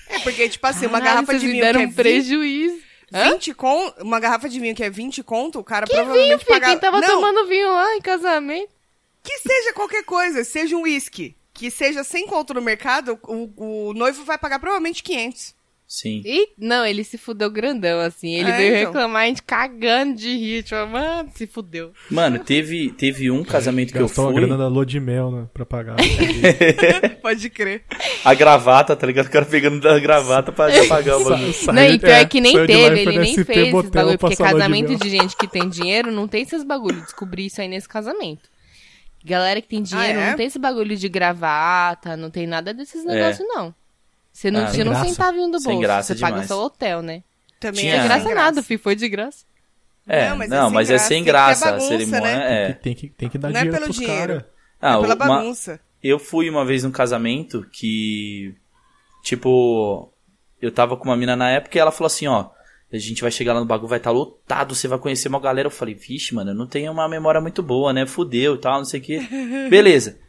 C: É porque, tipo assim, uma
D: Caralho,
C: garrafa
D: vocês
C: de
D: me
C: vinho que
D: deram
C: é
D: um
C: 20,
D: prejuízo. Hã?
C: 20 con- uma garrafa de vinho que é 20 conto, o cara
D: Que vinho,
C: provavelmente
D: filho?
C: pagava...
D: Quem tava
C: Não,
D: tomando vinho lá em casamento?
C: que seja qualquer coisa, seja um uísque, que seja 100 conto no mercado, o, o noivo vai pagar
E: <laughs>
C: provavelmente 500.
B: Sim.
D: E, não, ele se fudeu grandão, assim. Ele
C: É,
D: veio
C: então.
D: reclamar, a gente cagando de rir. Tipo, mano, se fudeu.
B: Mano, teve, teve um casamento que eu
E: Gastou a
B: fui,
E: grana da lua de mel, né? Pra
B: <laughs>
E: pagar.
C: Pode crer.
B: a gravata, tá ligado? O cara pegando da gravata
C: <laughs>
B: pra já pagar o bagulho.
D: não, e pior é, que nem
E: saiu de lá
D: teve,
E: e Tá foi
D: ele
E: no
D: nem
E: SP
D: fez esses
E: Motel
D: bagulho. Porque
E: passar a lua de
D: casamento
E: mel.
D: de gente que tem dinheiro não tem esses bagulho. Descobri isso aí nesse casamento. Galera que tem dinheiro
C: Ah, é?
D: não tem esse bagulho de gravata, não tem nada desses
B: É.
D: negócios, não. Você não
B: Ah,
E: sem
D: tira um
E: graça.
D: centavinho do
B: Sem
D: bolso.
B: graça
D: você paga
B: demais.
D: só o hotel, né?
C: Também
B: Tinha-
C: é
D: Não é
C: sem
D: graça nada, filho. Foi de graça.
B: É, não,
C: Não,
B: mas
C: mas
B: é sem, graça,
C: Tem que
B: a
C: ter bagunça,
B: cerimônia.
E: Que
B: É.
E: tem, que, tem que dar
C: Não é
E: dinheiro
C: pelo
E: pros
C: dinheiro.
E: caras.
B: Ah,
C: é pela
B: uma-
C: bagunça.
B: eu fui uma vez num casamento que, tipo, Eu tava com uma mina na época e ela falou assim, ó. A gente vai chegar lá no bagulho, vai estar tá lotado, você vai conhecer uma galera. Eu falei, vixe, mano, eu não tenho uma memória muito boa, né? Fudeu e tal, não sei o quê. Beleza.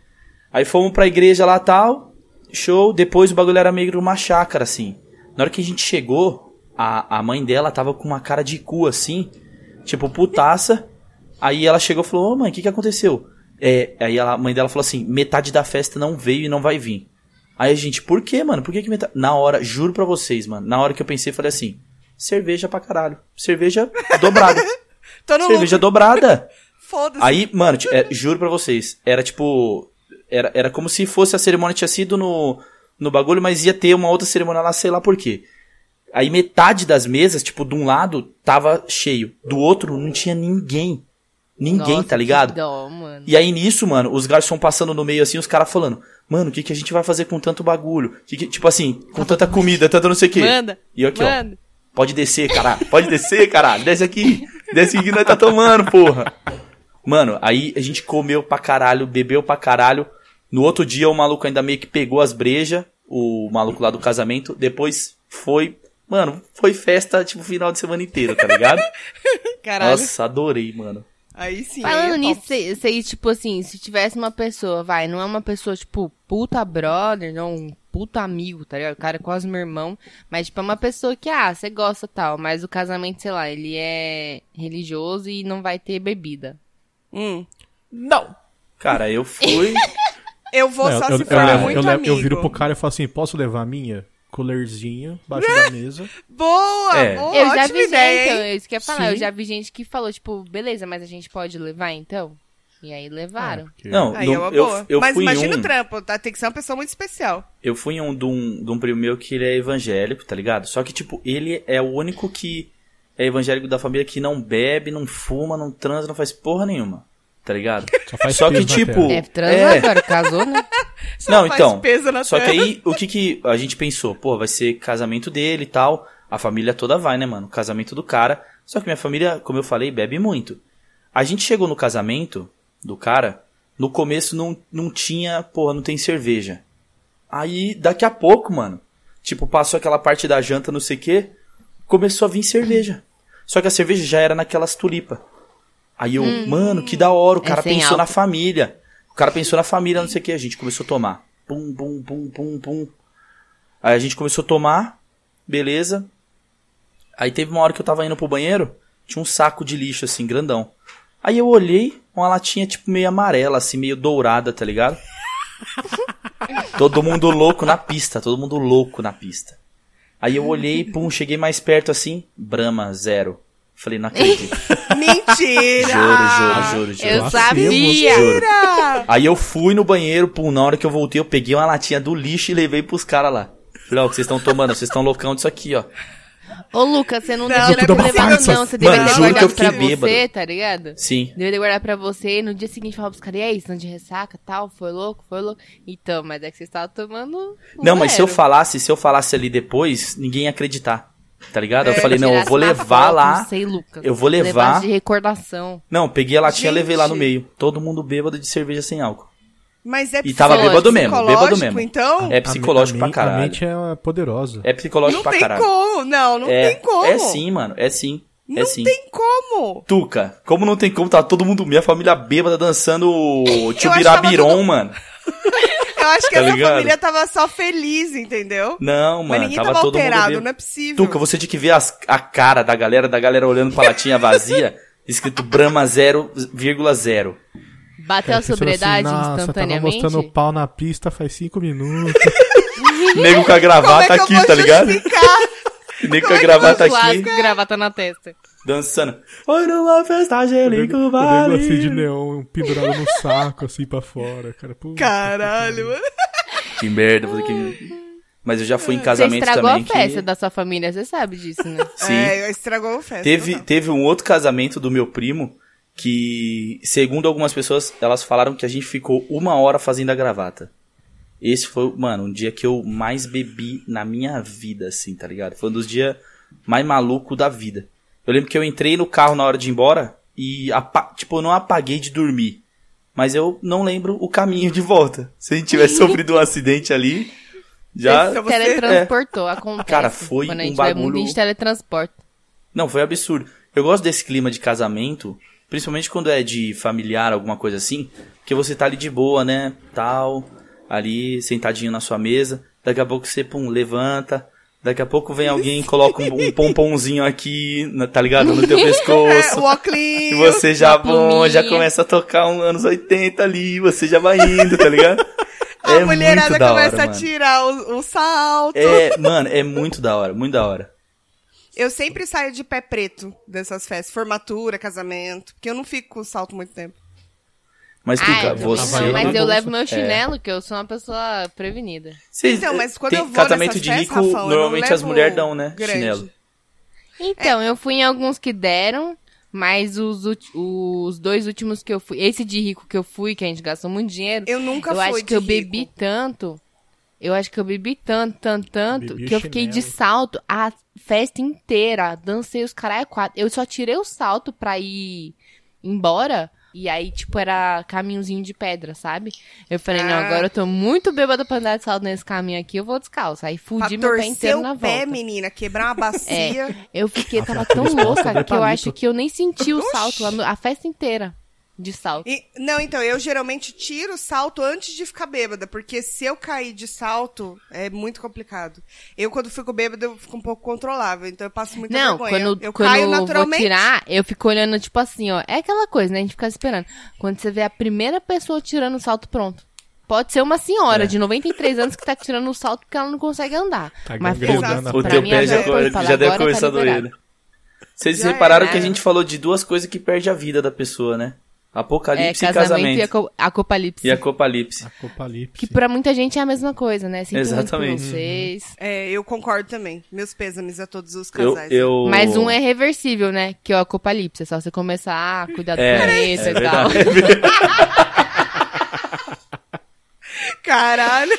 B: Aí fomos pra igreja lá tal, show. Depois o bagulho era meio uma chácara, assim. Na hora que a gente chegou, a, a mãe dela tava com uma cara de cu, assim, tipo putaça. Aí ela chegou e falou, ô mãe, o que que aconteceu? É, aí ela, a mãe dela falou assim, metade da festa não veio e não vai vir. Aí a gente, por que, mano? Por que que metade... Na hora, juro pra vocês, mano, na hora que eu pensei, falei assim cerveja pra caralho. Cerveja dobrada. cerveja lucro. dobrada.
C: Foda-se.
B: Aí, mano, é, juro pra vocês, era tipo. Era, era como se fosse a cerimônia tinha sido no, no bagulho, mas ia ter uma outra cerimônia lá, sei lá por quê. Aí metade das mesas, tipo, de um lado tava cheio, do outro não tinha ninguém. Ninguém,
D: Nossa,
B: tá ligado?
D: Dó,
B: e aí nisso, mano, os garçons passando no meio assim, os caras falando, mano, o que, que a gente vai fazer com tanto bagulho? Que que, tipo assim, com tanta comida, tanta não sei o quê.
D: Manda.
B: E eu aqui,
D: manda.
B: ó. Pode descer, caralho. Pode descer, caralho. Desce aqui. Desce aqui que nós tá tomando, porra. Mano, aí a gente comeu pra caralho, bebeu pra caralho. No outro dia o maluco ainda meio que pegou as brejas, o maluco lá do casamento. Depois foi. Mano, foi festa, tipo, final de semana inteiro, tá ligado?
C: Caralho.
B: Nossa, adorei, mano.
C: Aí sim.
D: Falando
C: aí,
D: nisso, sei, tipo assim, se tivesse uma pessoa, vai, não é uma pessoa, tipo, puta brother, não, um puta amigo, tá ligado? O cara é quase meu irmão, mas, tipo, é uma pessoa que, ah, você gosta tal, mas o casamento, sei lá, ele é religioso e não vai ter bebida.
C: Hum.
D: Não!
B: Cara, eu fui.
C: Eu vou
E: Não,
C: só
E: eu,
C: se
E: eu
C: for
E: levo-
C: muito
E: eu levo-
C: amigo.
E: eu viro pro cara e falo assim, posso levar a minha? Coolerzinho, baixo da mesa.
C: Boa,
B: É.
C: boa,
D: eu
C: ótima
D: já vi
C: ideia,
D: gente,
C: hein?
D: então, é isso que eu ia falar, eu
E: Sim.
D: já vi gente que falou, tipo, beleza, mas a gente pode levar então? E aí
E: Ah,
D: levaram.
E: porque-
B: Não,
C: Aí
B: no-
C: é uma
B: eu,
C: boa.
B: eu
C: Mas
B: fui em
C: imagina
B: um.
C: o trampo, tá? tem que ser uma pessoa muito especial.
B: Eu fui em um de um, de um primo meu que ele é evangélico, tá ligado? Só que, tipo, ele é o único que é evangélico da família que não bebe, não fuma, não transa, não faz porra nenhuma, tá ligado?
E: Só faz
B: Só que,
E: peso na
B: tipo.
E: terra.
D: É, transou agora,
B: <laughs>
D: casou, né?
C: Só
B: Não,
C: faz
B: então.
C: peso na
B: Só que
C: terra.
B: aí, o que que a gente pensou? Pô, vai ser casamento dele e tal. A família toda vai, né, mano? Casamento do cara. Só que minha família, como eu falei, bebe muito. A gente chegou no casamento do cara. No começo não, não tinha, porra, não tem cerveja. Aí, daqui a pouco, mano. Tipo, passou aquela parte da janta, não sei o quê. Começou a vir cerveja. Só que a cerveja já era naquelas tulipa. Aí eu, mano, que da hora. O
D: Hum. É
B: cara
D: sem
B: pensou
D: álcool.
B: na família. O cara pensou na família, não sei o que. A gente começou a tomar. Pum, pum, pum, pum, pum. Aí a gente começou a tomar. Beleza. Aí teve uma hora que eu tava indo pro banheiro. Tinha um saco de lixo, assim, grandão. Aí eu olhei, uma latinha, tipo, meio amarela, assim, meio dourada, tá ligado? Todo mundo louco na pista, todo mundo louco na pista. Aí eu olhei, pum, cheguei mais perto assim, Brahma, zero. Falei, não
D: <laughs>
B: acredito.
C: <laughs> Mentira!
B: Juro, juro, juro, juro.
D: Ah, eu
E: Nós
D: sabia!
B: Juro.
C: Mentira!
B: Aí eu fui no banheiro, pum, na hora que eu voltei, eu peguei uma latinha do lixo e levei pros caras lá. Falei, ó, o que vocês estão tomando? Vocês estão loucão disso aqui, ó.
D: Ô, Lucas, você não,
C: Não,
D: devia
C: tudo
D: ter
C: é uma
D: levado,
E: farsa.
D: não. Você devia
B: Mano,
D: ter
B: juro que eu
D: guardado pra
B: fiquei
D: você,
B: bêbado.
D: tá ligado?
B: Sim.
D: Devia ter guardado pra você e no dia seguinte falar pros caras, e aí, stand de ressaca, tal, foi louco, foi louco. Então, mas é que você estava tomando. um
B: Não, mas se eu
D: zero.
B: falasse, se eu falasse ali depois, ninguém ia acreditar. Tá ligado? Eu
D: É, Se
B: falei, não, eu
D: tirasse
B: vou
D: uma
B: levar
D: foto,
B: lá.
D: Não sei, Lucas.
B: Eu vou levar-
D: Levasse de recordação.
B: Não, peguei a latinha,
C: Gente.
B: levei lá no meio. Todo mundo bêbado de cerveja sem álcool.
C: Mas é
B: E tava
D: bêbado
B: mesmo, bêbado
C: psicológico,
B: mesmo.
C: então?
B: É
E: A me- a
B: psicológico pra
E: men-
B: caralho.
E: A mente é poderosa.
B: É psicológico
C: não
B: pra
C: tem
B: caralho.
C: como, não, não
B: é,
C: tem como.
B: É sim, mano. É sim.
C: Não
B: é sim.
C: tem como.
B: Tuca, como não tem como, tá todo mundo, minha família bêbada dançando
C: <laughs>
B: o
C: Eu acho que tava
B: Tchubirabiron,
C: todo-
B: mano.
C: Eu acho que
B: Tá
C: essa
B: ligado?
C: família tava só feliz, entendeu?
B: Não,
C: Mas
B: mano,
C: ninguém
B: tava,
C: tava
B: todo mundo
C: alterado,
B: bêbado.
C: não é possível.
B: Tuca, você tinha que ver as- a cara da galera, da galera olhando pra latinha
C: <laughs>
B: vazia, escrito Brahma 0,0.
D: Bateu a
E: Você fala
D: sobriedade
E: assim, Nossa,
D: instantaneamente.
E: tava mostrando
B: <laughs>
E: o pau na pista faz cinco minutos.
D: <laughs>
B: Nego com a
C: Como é
B: gravata
C: que eu
B: aqui,
C: vou
B: tá ligado?
C: justificar? <laughs> é
B: Nego com a gravata
D: Um clássico,
B: aqui,
D: gravata na testa.
B: dançando. Foi numa festa Angelico
E: Um negocinho de
B: Vale.
E: neon pendurado no saco, assim, pra fora, cara. Pô,
C: Caralho, mano.
B: Que merda, você que... Mas eu já fui em
D: Você
B: casamento
D: estragou
B: também
D: a festa
B: que...
D: da sua família, você sabe disso, né?
B: Sim.
C: É, estragou o festa. então tá.
B: Teve,
C: total.
B: teve um outro casamento do meu primo que, segundo algumas pessoas, elas falaram que a gente ficou uma hora fazendo a gravata. Esse foi, mano, um dia que eu mais bebi na minha vida, assim, tá ligado? Foi um dos dias mais maluco da vida. Eu lembro que eu entrei no carro na hora de ir embora e, apa- tipo, eu não apaguei de dormir. Mas eu não lembro o caminho de volta. Se a gente tivesse sofrido um acidente ali, <laughs>
D: é
B: Já. é.
C: Você-
D: Teletransportou, acontece.
B: Cara, foi
D: Quando a
B: um
D: gente vai muito,
B: bagulho-
D: a gente teletransporta.
B: Não, foi absurdo. Eu gosto desse clima de casamento, principalmente quando é de familiar, alguma coisa assim, que você tá ali de boa, né? Tal, ali sentadinho na sua mesa, daqui a pouco você, pum, levanta, daqui a pouco vem alguém e coloca um, um pomponzinho aqui, na- tá ligado? No
D: <laughs>
B: teu
C: É, o
B: pescoço. E
C: óculos.
B: <laughs> você já,
D: Um uma
B: bom, já
D: pluminha.
B: começa a tocar um anos 80 ali, você já vai indo, tá
D: <laughs>
B: ligado?
C: A
B: É
C: mulherada
B: muito da hora,
C: começa a
B: mano.
C: tirar o, o salto.
B: É, mano, é muito da hora, muito da hora.
C: Eu sempre saio de pé preto dessas festas. Formatura, casamento. Porque eu não fico com salto muito tempo.
B: Mas,
D: Ah,
B: Tuca,
D: eu também
B: você... É.
D: não, mas
E: na
D: eu
E: bolsa.
D: levo meu chinelo, que eu sou uma pessoa prevenida.
B: Cês- eh,
C: Então, mas quando
B: tem
C: eu vou
B: casamento
C: nessas
B: de
C: festas,
B: rico,
C: Rafão, eu não
B: normalmente as
C: levo
B: mulheres dão, né?
C: grande.
B: Chinelo.
D: Então, eu fui em alguns que deram, mas os, ulti- os dois últimos que eu fui, esse de rico que eu fui, que a gente gastou muito dinheiro,
C: Eu nunca
D: eu
C: fui
D: acho
C: de
D: que eu
C: rico.
D: bebi tanto, eu acho que eu bebi tanto, tanto, tanto,
E: Bebi o
D: que eu fiquei de
E: chinelo.
D: salto a festa inteira, dancei os carai quatro, eu só tirei o salto pra ir embora... E aí, tipo, era caminhozinho de pedra, sabe? Eu falei, não,
C: Ah.
D: agora eu tô muito bêbada pra andar de salto nesse caminho aqui, eu vou descalço. Aí
C: Pra
D: fudi meu pé
C: torcer
D: inteiro
C: o
D: na
C: pé,
D: volta.
C: menina. Quebrar
D: <laughs>
C: uma bacia.
D: É, Eu fiquei, tava
E: fratura
D: tão
E: exposta
D: louca
E: dói
D: que eu
E: palito.
D: acho que eu nem senti o salto lá no- a festa inteira de salto.
C: E- não, então, eu geralmente tiro o salto antes de ficar bêbada, porque se eu cair de salto, é muito complicado. Eu, quando fico bêbada, eu fico um pouco controlável, então eu passo muita
D: não,
C: vergonha.
D: quando,
C: eu
D: quando
C: caio
D: eu vou
C: naturalmente.
D: tirar, eu fico olhando, tipo assim, ó. É aquela coisa, né? A gente fica esperando. Quando você vê a primeira pessoa tirando o salto pronto. Pode ser uma senhora de 93 anos que tá tirando o salto porque ela não consegue andar.
E: Tá
D: Mas
E: grudando
D: foda-se,
E: na
B: O
D: pra
B: teu
D: mim
B: pé
D: agora
B: já,
D: eu tô
B: já
D: falando,
B: deve
D: agora tá
B: começar a doer.
D: liberado.
B: né? Vocês
C: Já
B: repararam
D: era.
B: que a gente falou de duas coisas que perde a vida da pessoa, né? Apocalipse
D: é,
B: e casamento.
D: casamento e aco- acopalipse.
B: E Acopalipse.
C: Ah,
E: Acopalipse.
D: Que pra muita gente é a mesma coisa, né? Sinto Exatamente.
B: Exatamente.
D: vocês.
C: É, eu concordo também. Meus pêsames a todos os
B: Eu,
C: casais.
B: eu...
D: Mas um é reversível, né? Que é o acopalipse. É só você começar a cuidar do <laughs> planeta
B: é
D: e tal.
B: verdade.
C: <laughs> Caralho!
D: <laughs>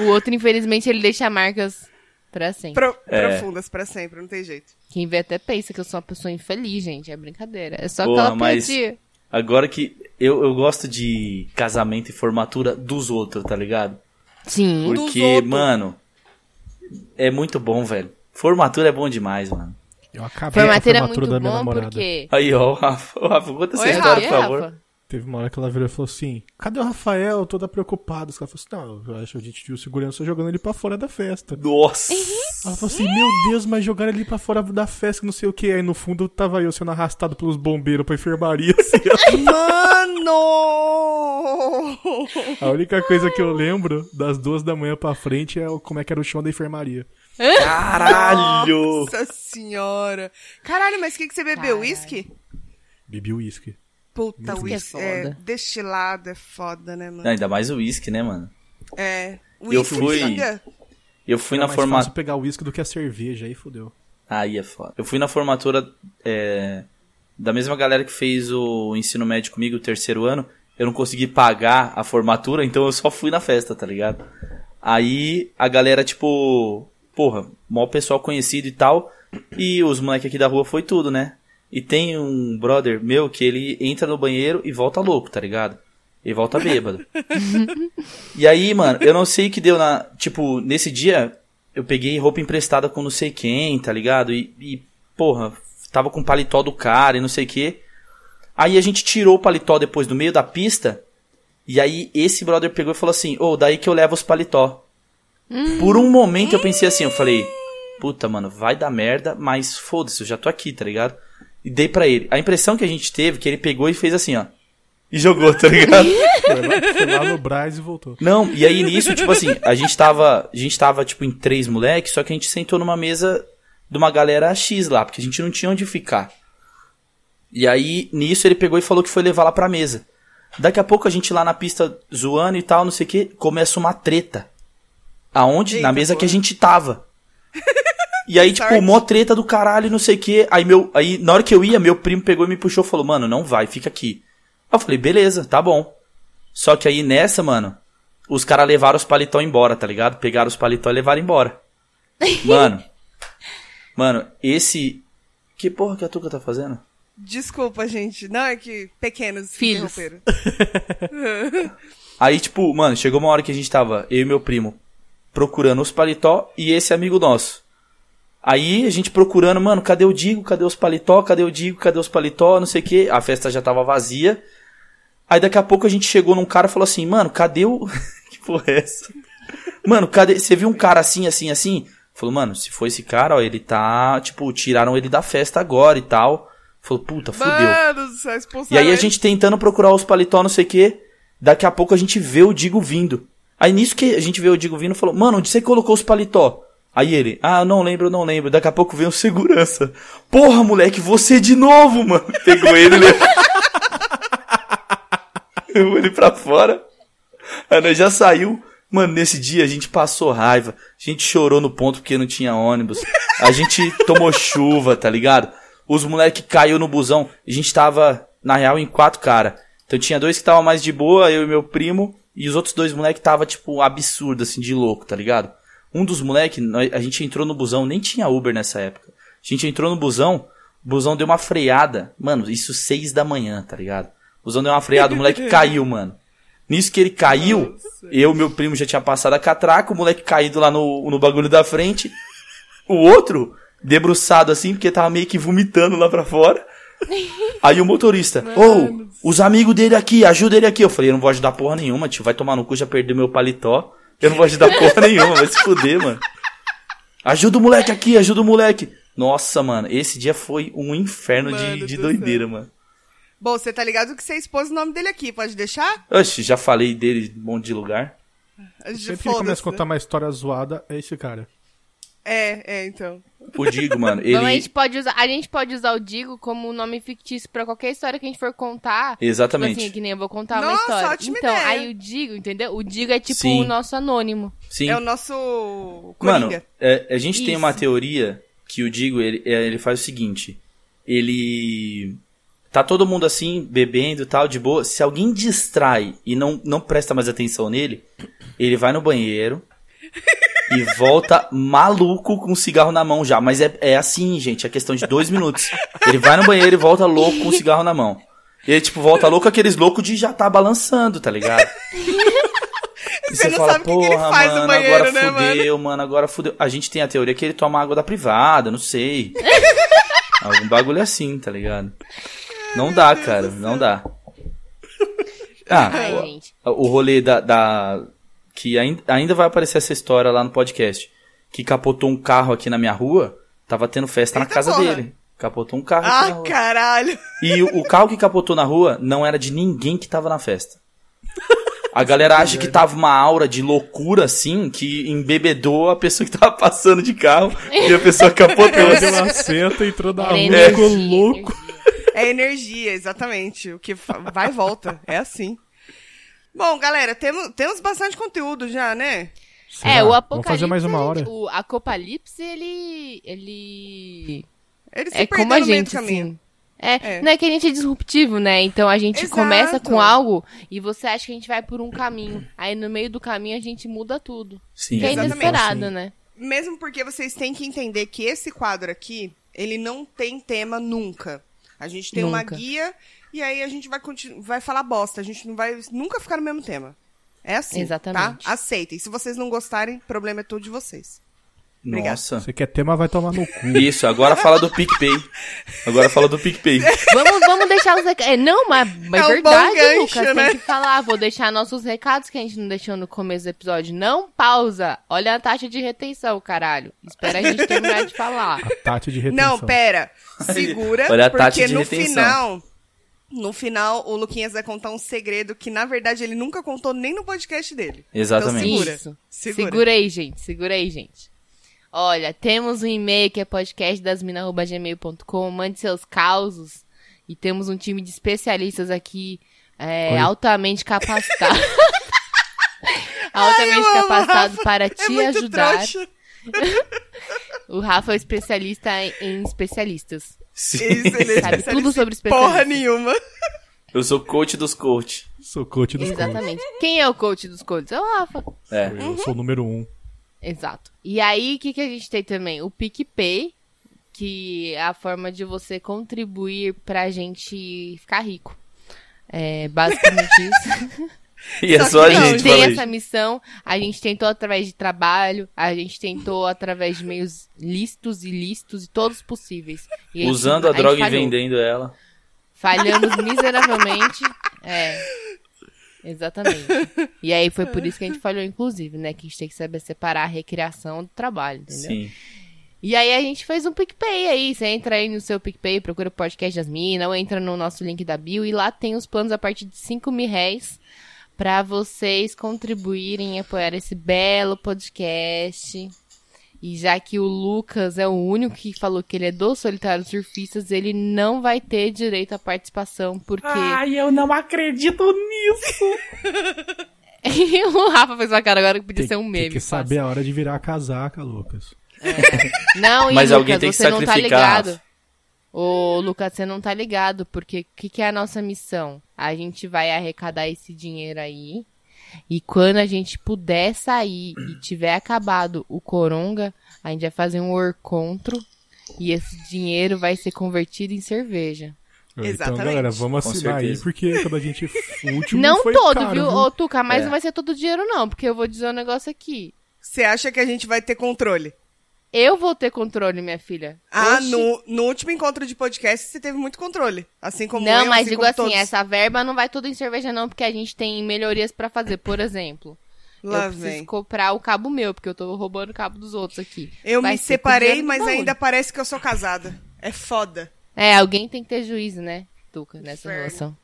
D: O outro, infelizmente, ele deixa marcas pra sempre.
C: Pro-
B: É.
C: Profundas pra sempre, não tem jeito.
D: Quem vê até pensa que eu sou uma pessoa infeliz, gente. É brincadeira. É só
B: Porra,
D: aquela
B: mas-
D: piadinha.
B: <laughs> Agora que eu, eu gosto de casamento e formatura dos outros, tá ligado?
D: Sim.
C: dos
B: Porque,
C: outros.
B: mano, é muito bom, velho. Formatura é bom demais, mano.
E: Eu acabei a
D: Formatura é
E: formatura
D: muito
E: da minha
D: bom
E: namorada.
D: porque...
B: Aí, ó, o Rafa, o Rafa conta essa
C: Oi,
B: história,
D: E
B: por
D: aí,
B: favor.
D: Rafa?
E: Teve uma hora que ela virou e falou assim: Cadê o Rafael? Toda preocupada. Os caras falaram assim: Não, eu acho que a gente viu o segurança jogando ele pra fora da festa.
B: Nossa!
E: Ela falou assim: Meu Deus, mas jogaram ele pra fora da festa, não sei o que. Aí no fundo tava eu sendo arrastado pelos bombeiros pra enfermaria. <laughs> assim, ó.
C: Mano!
E: a única coisa que eu lembro das duas da manhã pra frente é o- como é que era o chão da enfermaria.
B: Caralho!
C: Nossa senhora! Caralho, mas o que, que você bebeu?
D: Caralho.
C: Uísque?
E: Bebi uísque.
C: Puta,
D: Uísque é
C: uísque. É,
D: foda.
C: destilado é foda, né, mano?
B: Ainda mais o uísque, né, mano?
C: É.
B: Eu fui-
C: xinga?
B: Eu fui na
E: mais
B: formatura.
E: fácil pegar uísque do que a cerveja, aí fodeu.
B: Aí é foda. Eu fui na formatura é, da mesma galera que fez o ensino médio comigo, o terceiro ano. Eu não consegui pagar a formatura, então eu só fui na festa, tá ligado? Aí a galera, tipo, porra, mó pessoal conhecido e tal. E os moleques aqui da rua foi tudo, né? E tem um brother meu que ele entra no banheiro e volta louco, tá ligado? Ele volta bêbado. E aí, mano, eu não sei o que deu na. Tipo, nesse dia, eu peguei roupa emprestada com não sei quem, tá ligado? E, e, porra, tava com o paletó do cara e não sei o quê. Aí a gente tirou o paletó depois do meio da pista. E aí esse brother pegou e falou assim: Ô, daí que eu levo os paletó. Por um momento eu pensei assim, eu falei: Puta, mano, vai dar merda, mas foda-se, eu já tô aqui, tá ligado? E dei pra ele. A impressão que a gente teve é que ele pegou e fez assim, ó. E jogou, tá ligado?
E: Foi lá, foi lá no Brás e
C: <laughs>
E: voltou.
B: Não, e aí nisso, tipo assim, a gente tava, a gente tava tipo em três moleques, só que a gente sentou numa mesa de uma galera X lá, porque a gente não tinha onde ficar. E aí nisso ele pegou e falou que foi levar lá pra mesa. Daqui a pouco a gente lá na pista zoando e tal, não sei o que, começa uma treta. Aonde?
C: Eita,
B: na mesa que a
C: porra.
B: gente tava. E aí, tipo, mó treta do caralho, não sei o que. Aí, meu, aí, na hora que eu ia, meu primo pegou e me puxou e falou, mano, não vai, fica aqui. Aí eu falei, beleza, tá bom. Só que aí nessa, mano, os caras levaram os paletó embora, tá ligado? Pegaram os paletó e levaram embora. Mano. mano, esse. Que porra que a Tuca tá fazendo?
C: Desculpa, gente. Não, é que pequenos
D: Filhos.
C: interromperam.
B: Aí, tipo, mano, chegou uma hora que a gente tava, eu e meu primo, procurando os paletó e esse amigo nosso. Aí a gente procurando, mano, cadê o Digo? Cadê os paletó? Cadê o Digo? Cadê os paletó? Não sei o que. A festa já tava vazia. Aí daqui a pouco a gente chegou num cara e falou assim, mano, cadê o. <laughs> que porra é essa? Mano, cadê. Você viu um cara assim, assim, assim? Falou, mano, se for esse cara, ó, ele tá. Tipo, tiraram ele da festa agora e tal. Falou, puta, <laughs> fudeu.
C: Mano, só
B: e aí a gente tentando procurar os paletó, não sei o que. Daqui a pouco a gente vê o Digo vindo. Aí nisso que a gente vê o Digo vindo, falou, mano, onde você colocou os paletó? Aí ele, ah, não lembro, não lembro. Daqui a pouco vem o segurança. Porra, moleque, você de novo, mano. Pegou ele, <laughs> levou... levou ele pra fora. Aí nós já saiu. Mano, nesse dia a gente passou raiva. A gente chorou no ponto porque não tinha ônibus. A gente tomou <laughs> chuva, tá ligado? Os moleque caiu no busão. A gente tava, na real, em quatro cara. Então tinha dois que tava mais de boa, eu e meu primo. E os outros dois moleque tava, tipo, absurdo, assim, de louco, tá ligado? Um dos moleques, a gente entrou no busão, nem tinha Uber nessa época. A gente entrou no busão, o busão deu uma freada. Mano, isso seis da manhã, tá ligado? O busão deu uma freada, o moleque caiu, mano. Nisso que ele caiu, Nossa. eu meu primo já tinha passado a catraca, o moleque caído lá no, no bagulho da frente. O outro, debruçado assim, porque tava meio que vomitando lá pra <laughs> fora. Aí o motorista, ô, oh, os amigos dele aqui, ajuda ele aqui. Eu falei, eu não vou ajudar porra nenhuma, tio, vai tomar no cu, já perdeu meu paletó. Eu não vou ajudar porra nenhuma, vai se fuder, mano. Ajuda o moleque aqui, ajuda o moleque. Nossa, mano, esse dia foi um inferno mano de, de doideira, céu. mano.
C: Bom, você tá ligado que você expôs o nome dele aqui, pode deixar?
B: Oxi, já falei dele em um monte de lugar.
E: Sempre que começa a contar uma história zoada, é esse
B: <laughs>
E: cara.
C: né? É, é, então.
B: O Digo, mano, ele...
D: Então a gente, pode usar, a gente pode usar o Digo como um nome fictício pra qualquer história que a gente for contar.
B: Exatamente.
D: Tipo assim, que nem eu vou contar uma
C: Nossa,
D: história.
C: ótima
D: então,
C: ideia.
D: aí o Digo, entendeu? O Digo é tipo
B: Sim.
D: o nosso anônimo.
B: Sim.
C: É o nosso
B: Mano,
C: Coringa.
B: é, a gente tem
D: Isso.
B: uma teoria que o Digo, ele, é, ele faz o seguinte. Ele... Tá todo mundo assim, bebendo e tal, de boa. Se alguém distrai e não, não presta mais atenção nele, ele vai no banheiro e volta maluco com um cigarro na mão já. Mas é, é assim, gente, é questão de dois minutos. Ele vai no banheiro e volta louco com um cigarro na mão. E ele, tipo, volta louco aqueles loucos de já tá balançando, tá ligado? E
C: Você não sabe o que que ele faz no
B: mano,
C: banheiro,
B: agora
C: né, mano?"
B: fudeu, mano? agora fudeu. A gente tem a teoria que ele toma água da privada, não sei. Algum bagulho assim, tá ligado? Não dá, cara, não dá.
D: Ai,
B: Ah,
D: gente.
B: o rolê da. da- que ain- ainda vai aparecer essa história lá no podcast. Que capotou um carro aqui na minha rua. Tava tendo festa na
C: Eita
B: casa
C: porra.
B: dele. Capotou um carro aqui na
C: Ah,
B: rua.
C: caralho.
B: E o, o carro que capotou na rua não era de ninguém que tava na
C: <laughs>
B: festa. A galera acha que tava uma aura de loucura assim, que embebedou a pessoa que tava passando de carro e a pessoa
C: <laughs>
B: capotou.
E: Ela deu uma seta, entrou na
D: Era
E: rua,
D: energia,
E: ficou louco.
D: energia.
C: É energia, exatamente. O que fa- vai e volta. É assim. Bom, galera, temos, temos bastante conteúdo já, né?
D: É,
E: Será?
D: o
E: Vamos
D: Apocalipse. é
E: fazer mais uma hora.
D: gente, O Apocalipse, ele. ele.
C: Ele se
D: é
C: perdeu
D: como a
C: no meio do
D: gente,
C: caminho.
D: assim. É,
C: É.
D: não é que a gente é disruptivo, né? Então a gente
C: Exato.
D: começa com algo e você acha que a gente vai por um caminho. Aí no meio do caminho a gente muda tudo.
B: Sim,
D: Que é
C: Exatamente.
D: inesperado, né?
C: Mesmo porque vocês têm que entender que esse quadro aqui, ele não tem tema nunca. A gente tem uma
D: Nunca.
C: guia e aí a gente vai, continu- vai falar bosta. A gente não vai nunca ficar no mesmo tema. É assim,
D: Exatamente.
C: tá? Aceitem. Se vocês não gostarem, problema é todo de vocês.
B: Nossa.
E: Você quer tema, vai tomar no cu.
B: Isso, agora fala do PicPay. Agora fala do PicPay.
D: Vamos, vamos deixar os recados. É, não, mas, mas
C: É um bom
D: verdade,
C: gancho,
D: Lucas,
C: né?
D: tem que falar. Vou deixar nossos recados que a gente não deixou no começo do episódio. Não pausa. Olha a taxa de retenção, caralho. Espera a gente terminar de falar.
E: A Tati de retenção.
C: Não, pera. Segura,
B: <laughs> Olha a
C: porque
B: Tati de
C: no
B: retenção.
C: final. No final, o Luquinhas vai contar um segredo que, na verdade, ele nunca contou nem no podcast dele.
B: Exatamente.
C: Então, segura.
D: Isso.
C: Segura.
D: Segura. aí, gente. Segura aí, gente. Olha, temos um e-mail que é podcastdasmina.gmail.com. Mande seus causos. E temos um time de especialistas aqui é,
E: Oi.
D: altamente capacitado. <laughs> altamente
C: eu amo,
D: capacitado para
C: É
D: te
C: muito
D: ajudar.
C: trouxa.
D: O Rafa é especialista em, em especialistas.
B: Sim.
C: Isso, ele é
D: Sabe tudo
C: especialista
D: sobre
C: em Porra
D: especialistas.
C: nenhuma.
B: Eu sou coach dos coach.
E: Sou coach dos coaches.
D: Exatamente. Quem é o coach dos coaches? É o Rafa.
B: É.
C: Uhum.
E: Eu sou o número um.
D: Exato. E aí, o que, que a gente tem também? O PicPay, que é a forma de você contribuir pra gente ficar rico. É basicamente isso.
B: E é <laughs> só a
D: que não,
B: gente
D: tem
B: falando
D: essa missão. A gente tentou através de trabalho, a gente tentou através de meios lícitos, ilícitos e todos possíveis.
B: isso.
D: E gente-
B: Usando a
D: gente
B: droga e
D: falhou.
B: vendendo ela. <laughs>
D: Falhamos miseravelmente. É. Exatamente. E aí foi por isso que a gente falhou, inclusive, né? Que a gente tem que saber separar a recreação do trabalho, entendeu?
B: Sim.
D: E aí a gente fez um PicPay aí. Você entra aí no seu PicPay, procura o podcast das minas, ou entra no nosso link da bio e lá tem os planos a partir de 5 mil réis pra vocês contribuírem e apoiar esse belo podcast. E já que o Lucas é o único que falou que ele é do Solitário Surfistas, ele não vai ter direito à participação, porque
A: Ai, eu não acredito nisso.
D: <laughs> o Rafa fez uma cara agora que podia
E: Tem,
D: ser um meme.
E: tem que
D: fácil.
E: saber a hora de virar a casaca, Lucas.
D: Não, e
B: Mas
D: Lucas,
B: alguém tem que
D: você não tá
B: sacrificar,
D: ligado. Ô, Lucas, você não tá ligado, porque o que, que é a nossa missão? A gente vai arrecadar esse dinheiro aí. E quando a gente puder sair e tiver acabado o Coronga, a gente vai fazer um orcontro e esse dinheiro vai ser convertido em cerveja.
E: Então,
C: Exatamente.
E: galera, vamos
B: Com
E: assinar aí,
B: certeza.
E: porque quando a gente. O último
D: não
E: foi
D: todo,
E: caro,
D: viu, ô Tuca, mas
B: É.
D: não vai ser todo o dinheiro, não, porque eu vou dizer um negócio aqui.
C: Você acha que a gente vai ter controle?
D: Eu vou ter controle, minha filha.
C: Ah,
D: Oxi.
C: no, no último encontro de podcast você teve muito controle. Assim como
D: não,
C: eu,
D: mas
C: assim
D: digo
C: como
D: assim,
C: todos.
D: essa verba não vai toda em cerveja não, porque a gente tem melhorias pra fazer. Por exemplo,
C: Lá
D: eu preciso
C: vem.
D: comprar o cabo meu, porque eu tô roubando o cabo dos outros aqui.
C: Eu
D: Vai
C: me
D: ser com
C: separei,
D: dinheiro do
C: mas
D: baú.
C: ainda parece que eu sou casada. É foda.
D: É, alguém tem que ter juízo, né, Tuca, nessa
C: Inferno.
D: relação.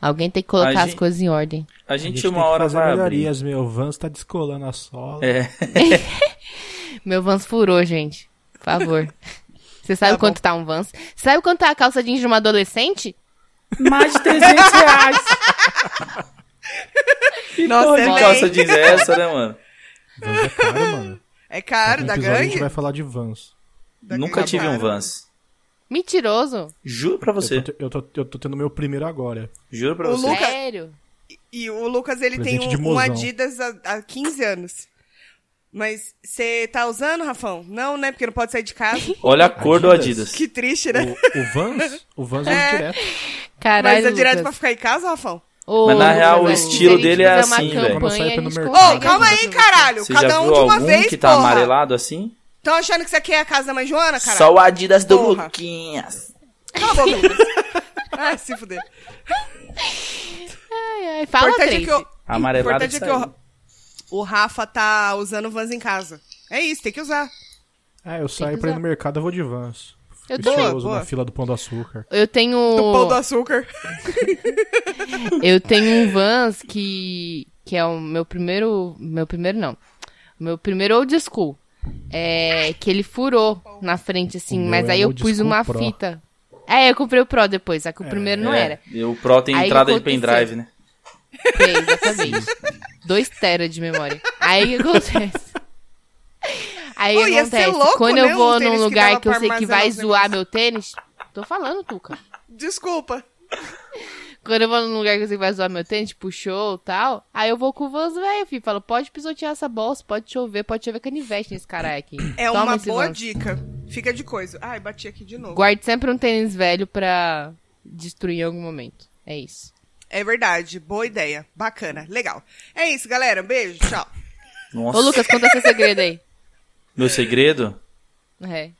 D: Alguém tem que colocar
B: A
D: as
B: gente-
D: coisas em ordem.
B: A
E: A gente
B: gente
E: tem
B: uma
E: que
B: hora
E: fazer
B: vai abrir.
E: melhorias, meu. O Vans tá descolando a sola.
B: É.
D: Meu Vans furou, gente.
C: <laughs>
D: Por favor. Você sabe
C: Tá
D: quanto tá um Vans? Sabe quanto tá a calça jeans de uma adolescente?
A: Mais de 300 reais. E
C: Nossa,
A: todo
C: é
B: Que
C: Também.
B: calça jeans é essa, né,
D: <laughs>
B: mano?
E: Vans é caro, mano.
C: É caro,
E: No
C: da
E: episódio A gente
C: gangue?
E: vai falar de Vans.
C: Da
B: Nunca
C: gangue é
B: tive um
C: caro.
B: Vans.
D: Mentiroso.
B: Juro pra você.
E: Eu tô, eu, tô, eu tô tendo meu primeiro agora.
B: Juro pra
C: O
B: você.
C: Lucas-
D: Sério.
C: E o Lucas, ele
E: Presente de
C: tem um- um,
E: mozão.
C: Adidas há, há 15 anos. Mas você tá usando, Rafão? Não, né? Porque não pode sair de casa.
D: <laughs>
B: Olha a cor do
E: Adidas.
B: Adidas.
C: que triste,
E: O,
C: né?
E: o Vans? O Vans é
C: <laughs> É.
E: direto.
D: Caralho,
C: Mas é direto pra
D: Lucas.
C: ficar em casa, Rafão?
D: Ô,
B: Mas, na
D: Lucas,
B: real, o
D: olha,
B: estilo
D: se a gente
B: dele é
D: fizer uma
B: assim, velho.
D: campanha,
E: Quando sai
D: a
E: pelo
D: gente
E: mercado.
D: consegue
C: Ô, calma aí,
D: ajudar.
C: caralho.
B: Você
C: Cada
B: já
C: um
B: viu
C: de uma
B: algum
C: vez,
B: que tá
C: porra.
B: amarelado assim?
C: Estão achando que isso aqui é a casa da mãe Joana, cara?
B: Só o Adidas do
C: Porra.
B: Luquinhas.
C: Cala a
B: <laughs>
C: boca, Lucas. Ai, se fuder.
D: Ai, ai, fala,
C: importante é
D: Tracy.
C: que eu-
B: Amarelado
C: importante é
B: que
C: que
B: saiu.
C: o, o Rafa tá usando Vans em casa. É isso, tem que usar.
E: Ah, eu saio
D: que
E: pra ir
D: usar.
E: no mercado, eu vou de Vans.
D: Eu tô-
E: Estiloso
C: Boa,
E: na
C: boa.
E: fila do Pão do Açúcar.
D: Eu tenho.
C: <laughs> Do pão do açúcar.
D: Eu tenho um Vans que. que é o meu primeiro. Meu primeiro não. O meu primeiro old school. É. Que ele furou na frente, assim.
E: O meu
D: Mas
E: é
D: aí eu
E: old
D: pus
E: school
D: uma
E: Pro.
D: fita. É, eu comprei o Pro depois, só que o primeiro não
B: É,
D: era.
B: e o Pro tem
D: Aí que
B: entrada de
D: aconteceu?
B: pendrive, né?
D: É,
E: <laughs>
D: exatamente. Dois tera de memória. Aí o que acontece? Aí
C: Pô,
D: o que
C: ia ser
D: acontece?
C: louco,
D: Quando
C: né,
D: eu
C: um
D: vou
C: tênis
D: num
C: que
D: lugar
C: dava
D: que eu
C: pra
D: sei que
C: armazenar
D: vai
C: os
D: zoar
C: negócios.
D: meu tênis. Tô falando, Tuca.
C: Desculpa.
D: Quando eu vou num lugar que você vai zoar meu tênis, tipo show tal, aí eu vou com o Vans velho, filho. Falo, pode pisotear essa bolsa, pode chover, pode chover canivete nesse caralho aqui.
C: É
D: Toma
C: uma
D: esse
C: boa
D: Vans.
C: dica. Fica de coisa. Ai, bati aqui de novo.
D: Guarde sempre um tênis velho pra destruir em algum momento. É isso.
C: É verdade. Boa ideia. Bacana. Legal. É isso, galera. Beijo. Tchau.
B: Nossa.
D: Ô, Lucas, conta seu segredo aí.
B: Meu segredo?
D: É.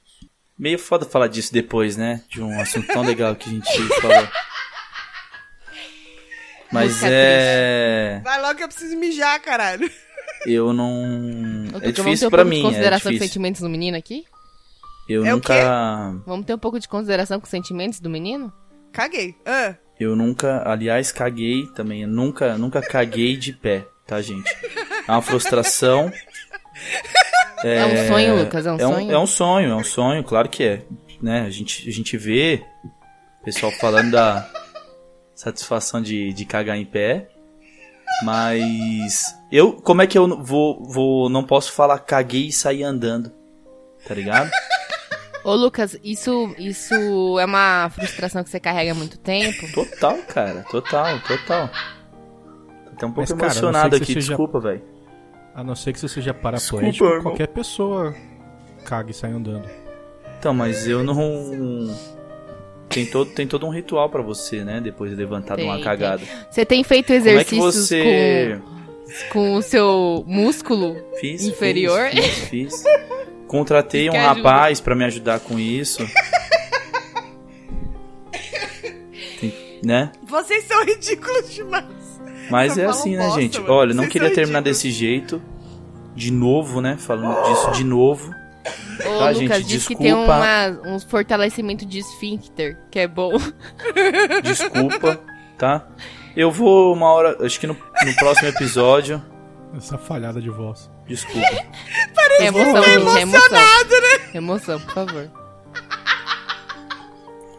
B: Meio foda falar disso depois, né? De um assunto tão legal que a gente
D: <laughs>
B: falou. Mas
D: Música
B: é.
C: Vai logo que eu preciso mijar, caralho.
B: Eu não.
D: Ô, Tuca,
B: É
D: vamos ter
B: difícil
D: um
B: pra
D: pouco de
B: mim, é
D: consideração de
B: difícil.
D: sentimentos do menino aqui?
B: Eu
C: É o
B: nunca.
D: Vamos ter um pouco de consideração com os sentimentos do menino?
C: Caguei. Ah,
B: Eu nunca, aliás, caguei também. Eu nunca, nunca caguei de pé, tá, gente? É uma frustração.
D: É, um sonho, Lucas, é um
B: é,
D: sonho.
B: um, é um sonho, é um sonho, claro que é. Né? A, gente, a gente vê o pessoal falando da satisfação de, de cagar em pé. Mas eu, como é que eu vou, vou não posso falar caguei e sair andando? Tá ligado?
D: Ô, Lucas, isso, isso é uma frustração que você carrega há muito tempo?
B: Total, cara, total, total. Tô até um pouco
E: Mas, cara, a não ser que
B: emocionado aqui,
E: você seja-
B: desculpa, velho.
E: A não ser que você seja paraplégico,
B: Desculpa, irmão.
E: qualquer pessoa caga e sai andando.
B: Então, mas eu não. Tem todo, tem todo um ritual pra você, né? Depois de levantar de uma
D: Tem,
B: cagada.
D: Você tem feito
B: Como é que
D: exercícios
B: você.
D: com, com o seu músculo?
B: Fiz,
D: inferior?
B: Fiz, fiz, fiz. Contratei um
D: Quer ajuda?
B: rapaz pra me ajudar com isso. Tem- né?
C: Vocês são <laughs> ridículos demais.
B: Mas
C: Eu
B: é
C: falo
B: assim, né,
C: bosta,
B: gente?
C: mano.
B: Olha, não
C: Vocês
B: queria
C: são
B: terminar
C: ridículos.
B: desse jeito. De novo, né? Falando disso de novo.
D: Ô,
B: Tá,
D: Lucas,
B: gente,
D: diz que tem
B: desculpa.
D: uma, um fortalecimento de esfíncter, que é <laughs> bom.
B: Desculpa, tá? Eu vou uma hora. Acho que no, no próximo episódio.
E: Essa falhada de voz.
B: Desculpa.
D: É emoção, gente, é emoção. Emoção, por favor.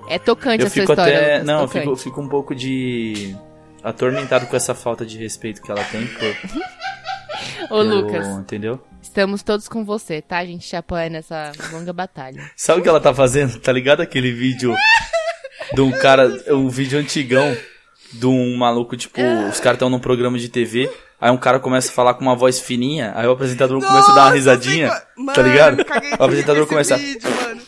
D: É tocante
B: Eu
D: a sua
B: fico
D: história,
B: até.
D: Lucas,
B: Não, eu
D: tocante.
B: fico, eu fico um pouco de. atormentado com essa falta de respeito que ela tem por.
D: Ô,
B: pelo-
D: Lucas,
B: Entendeu?
D: estamos todos com você, tá? A gente te apoia nessa longa batalha.
B: Sabe o que ela tá fazendo? Tá ligado aquele vídeo de um cara, um vídeo antigão de um maluco, tipo, os caras estão num programa de TV, aí um cara começa a falar com uma voz fininha, aí o apresentador começa a dar uma
C: Nossa,
B: risadinha,
C: fico-
B: tá ligado?
C: Mano, eu caguei
B: O apresentador
C: esse
B: começa,
C: vídeo, mano.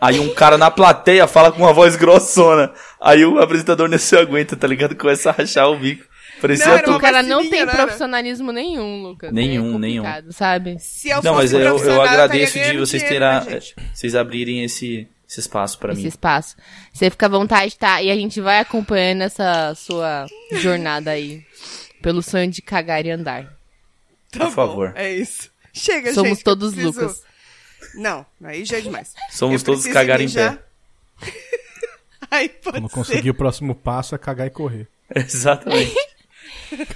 B: aí um cara na plateia fala com uma voz grossona, aí o apresentador nem se aguenta, tá ligado? Começa a rachar o bico, parecia
C: Não, era
B: ator.
C: uma
D: O cara não
C: vacilinha,
D: tem
C: não era?
D: profissionalismo nenhum, Lucas.
B: Nenhum,
D: é complicado, Sabe?
C: Se eu
B: Não,
C: fosse
B: mas eu, eu
C: profissional, estaria
B: agradeço de
C: ganhando
B: vocês
C: dinheiro,
B: terá, é,
C: né, gente?
B: vocês abrirem esse, esse espaço pra <laughs>
D: Esse
B: mim.
D: espaço. Você fica à vontade, tá? E a gente vai acompanhando essa sua jornada aí. Pelo sonho de cagar e andar.
C: Tá
B: Por
C: bom,
B: favor.
C: É isso. Chega,
D: Somos
C: gente. que eu
D: todos
C: preciso-
D: Lucas.
C: Não, aí já é demais.
B: Somos
C: Eu
B: todos
C: preciso
B: cagar em
C: mijar.
B: pé.
C: <laughs> Aí pode
E: Quando
C: ser.
E: conseguir o próximo passo é cagar e correr.
B: Exatamente.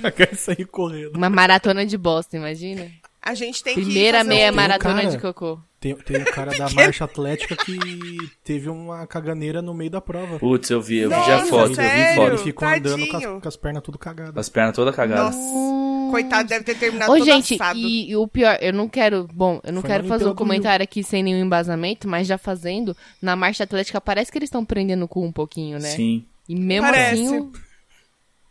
E: Cagar e sair correndo.
D: Uma maratona de bosta, imagina?
C: A gente tem
D: Primeira
C: que fazer
D: meia
E: Tem
C: um-
E: um
D: maratona
E: cara-
D: de cocô.
E: Tem, tem um cara da marcha atlética que teve uma caganeira no meio da prova.
B: Putz, eu vi, eu vi
C: Nossa,
B: já a foto, eu vi
C: sério?
B: foto.
E: Ele ficou andando com as- com
C: tadinho.
E: as, pernas tudo cagadas.
B: As pernas todas cagadas.
C: Nossa, coitado, deve ter terminado
D: Ô,
C: tá todo
D: gente,
C: assado.
D: e, e o pior, eu não quero. Bom, eu não
E: Foi
D: quero
E: na
D: fazer um
E: Olimpíada do
D: comentário aqui sem nenhum embasamento, mas já fazendo, na marcha atlética parece que eles estão prendendo o cu um pouquinho, né?
B: Sim.
D: E mesmo
C: Parece.
D: assim. o-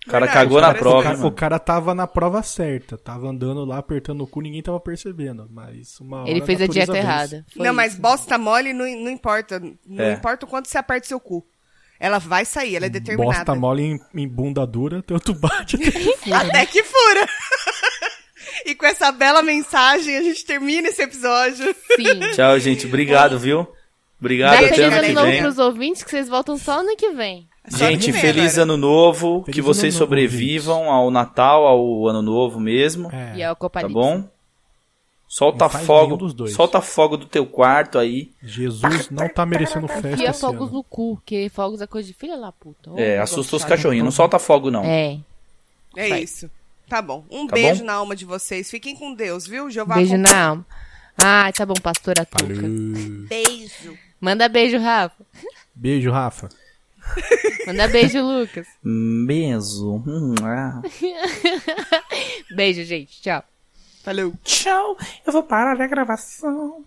B: O cara
C: Verdade,
B: cagou na
C: parece
E: O
B: prova, hein,
E: cara, o
B: mano.
E: cara tava na prova certa, tava andando lá, apertando o cu, ninguém tava percebendo. Mas uma hora
D: Ele fez a
E: natureza
D: dieta
E: vence.
D: errada. Foi
C: Não, mas
D: isso.
C: bosta mole não, não importa. Não
B: É.
C: importa o quanto você aperte seu cu. Ela vai sair, ela é determinada.
E: Bosta mole em, em bunda dura, tanto
D: <laughs>
E: bate.
C: <laughs> Até que fura. <laughs> e com essa bela mensagem, a gente termina esse episódio. <laughs>
D: Sim.
B: Tchau, gente. Obrigado, viu? Obrigado,
C: Vai,
B: até
D: Feliz
B: ano que
D: ano novo
C: né?
B: vem.
D: pros ouvintes, que vocês voltam só ano que vem.
C: Só ano
B: Gente,
C: que vem
B: feliz
C: agora.
B: ano novo. que
E: Feliz
B: vocês
E: ano novo,
B: sobrevivam ao Natal, ao ano novo mesmo.
E: É.
D: E é o
B: Tá
D: Copalipse.
B: bom? Solta
E: Não faz
B: fogo.
E: nenhum dos dois.
B: Solta fogo do teu quarto aí.
E: Jesus não tá merecendo festa
D: Enfia
E: esse
D: fogos
E: ano.
D: no cu, porque fogos é coisa de filha da puta. Ô,
B: É,
D: negócio
B: assustou os
D: chato.
B: cachorrinhos. Não
E: né?
B: solta fogo, não.
D: É.
C: É
D: Vai.
C: isso. Tá bom. Um
B: Tá
C: beijo
B: bom?
C: na alma de vocês. Fiquem com Deus, viu? Jeová
D: Beijo
C: acompanhe.
D: na alma. Ah, tá bom, pastora Tuca.
F: Beijo.
D: Manda beijo, Rafa.
E: Beijo, Rafa.
D: Manda beijo, <laughs> Lucas.
B: Mesmo. Hum, ah.
D: Beijo, gente. Tchau.
C: Valeu.
A: Tchau, eu vou parar a gravação.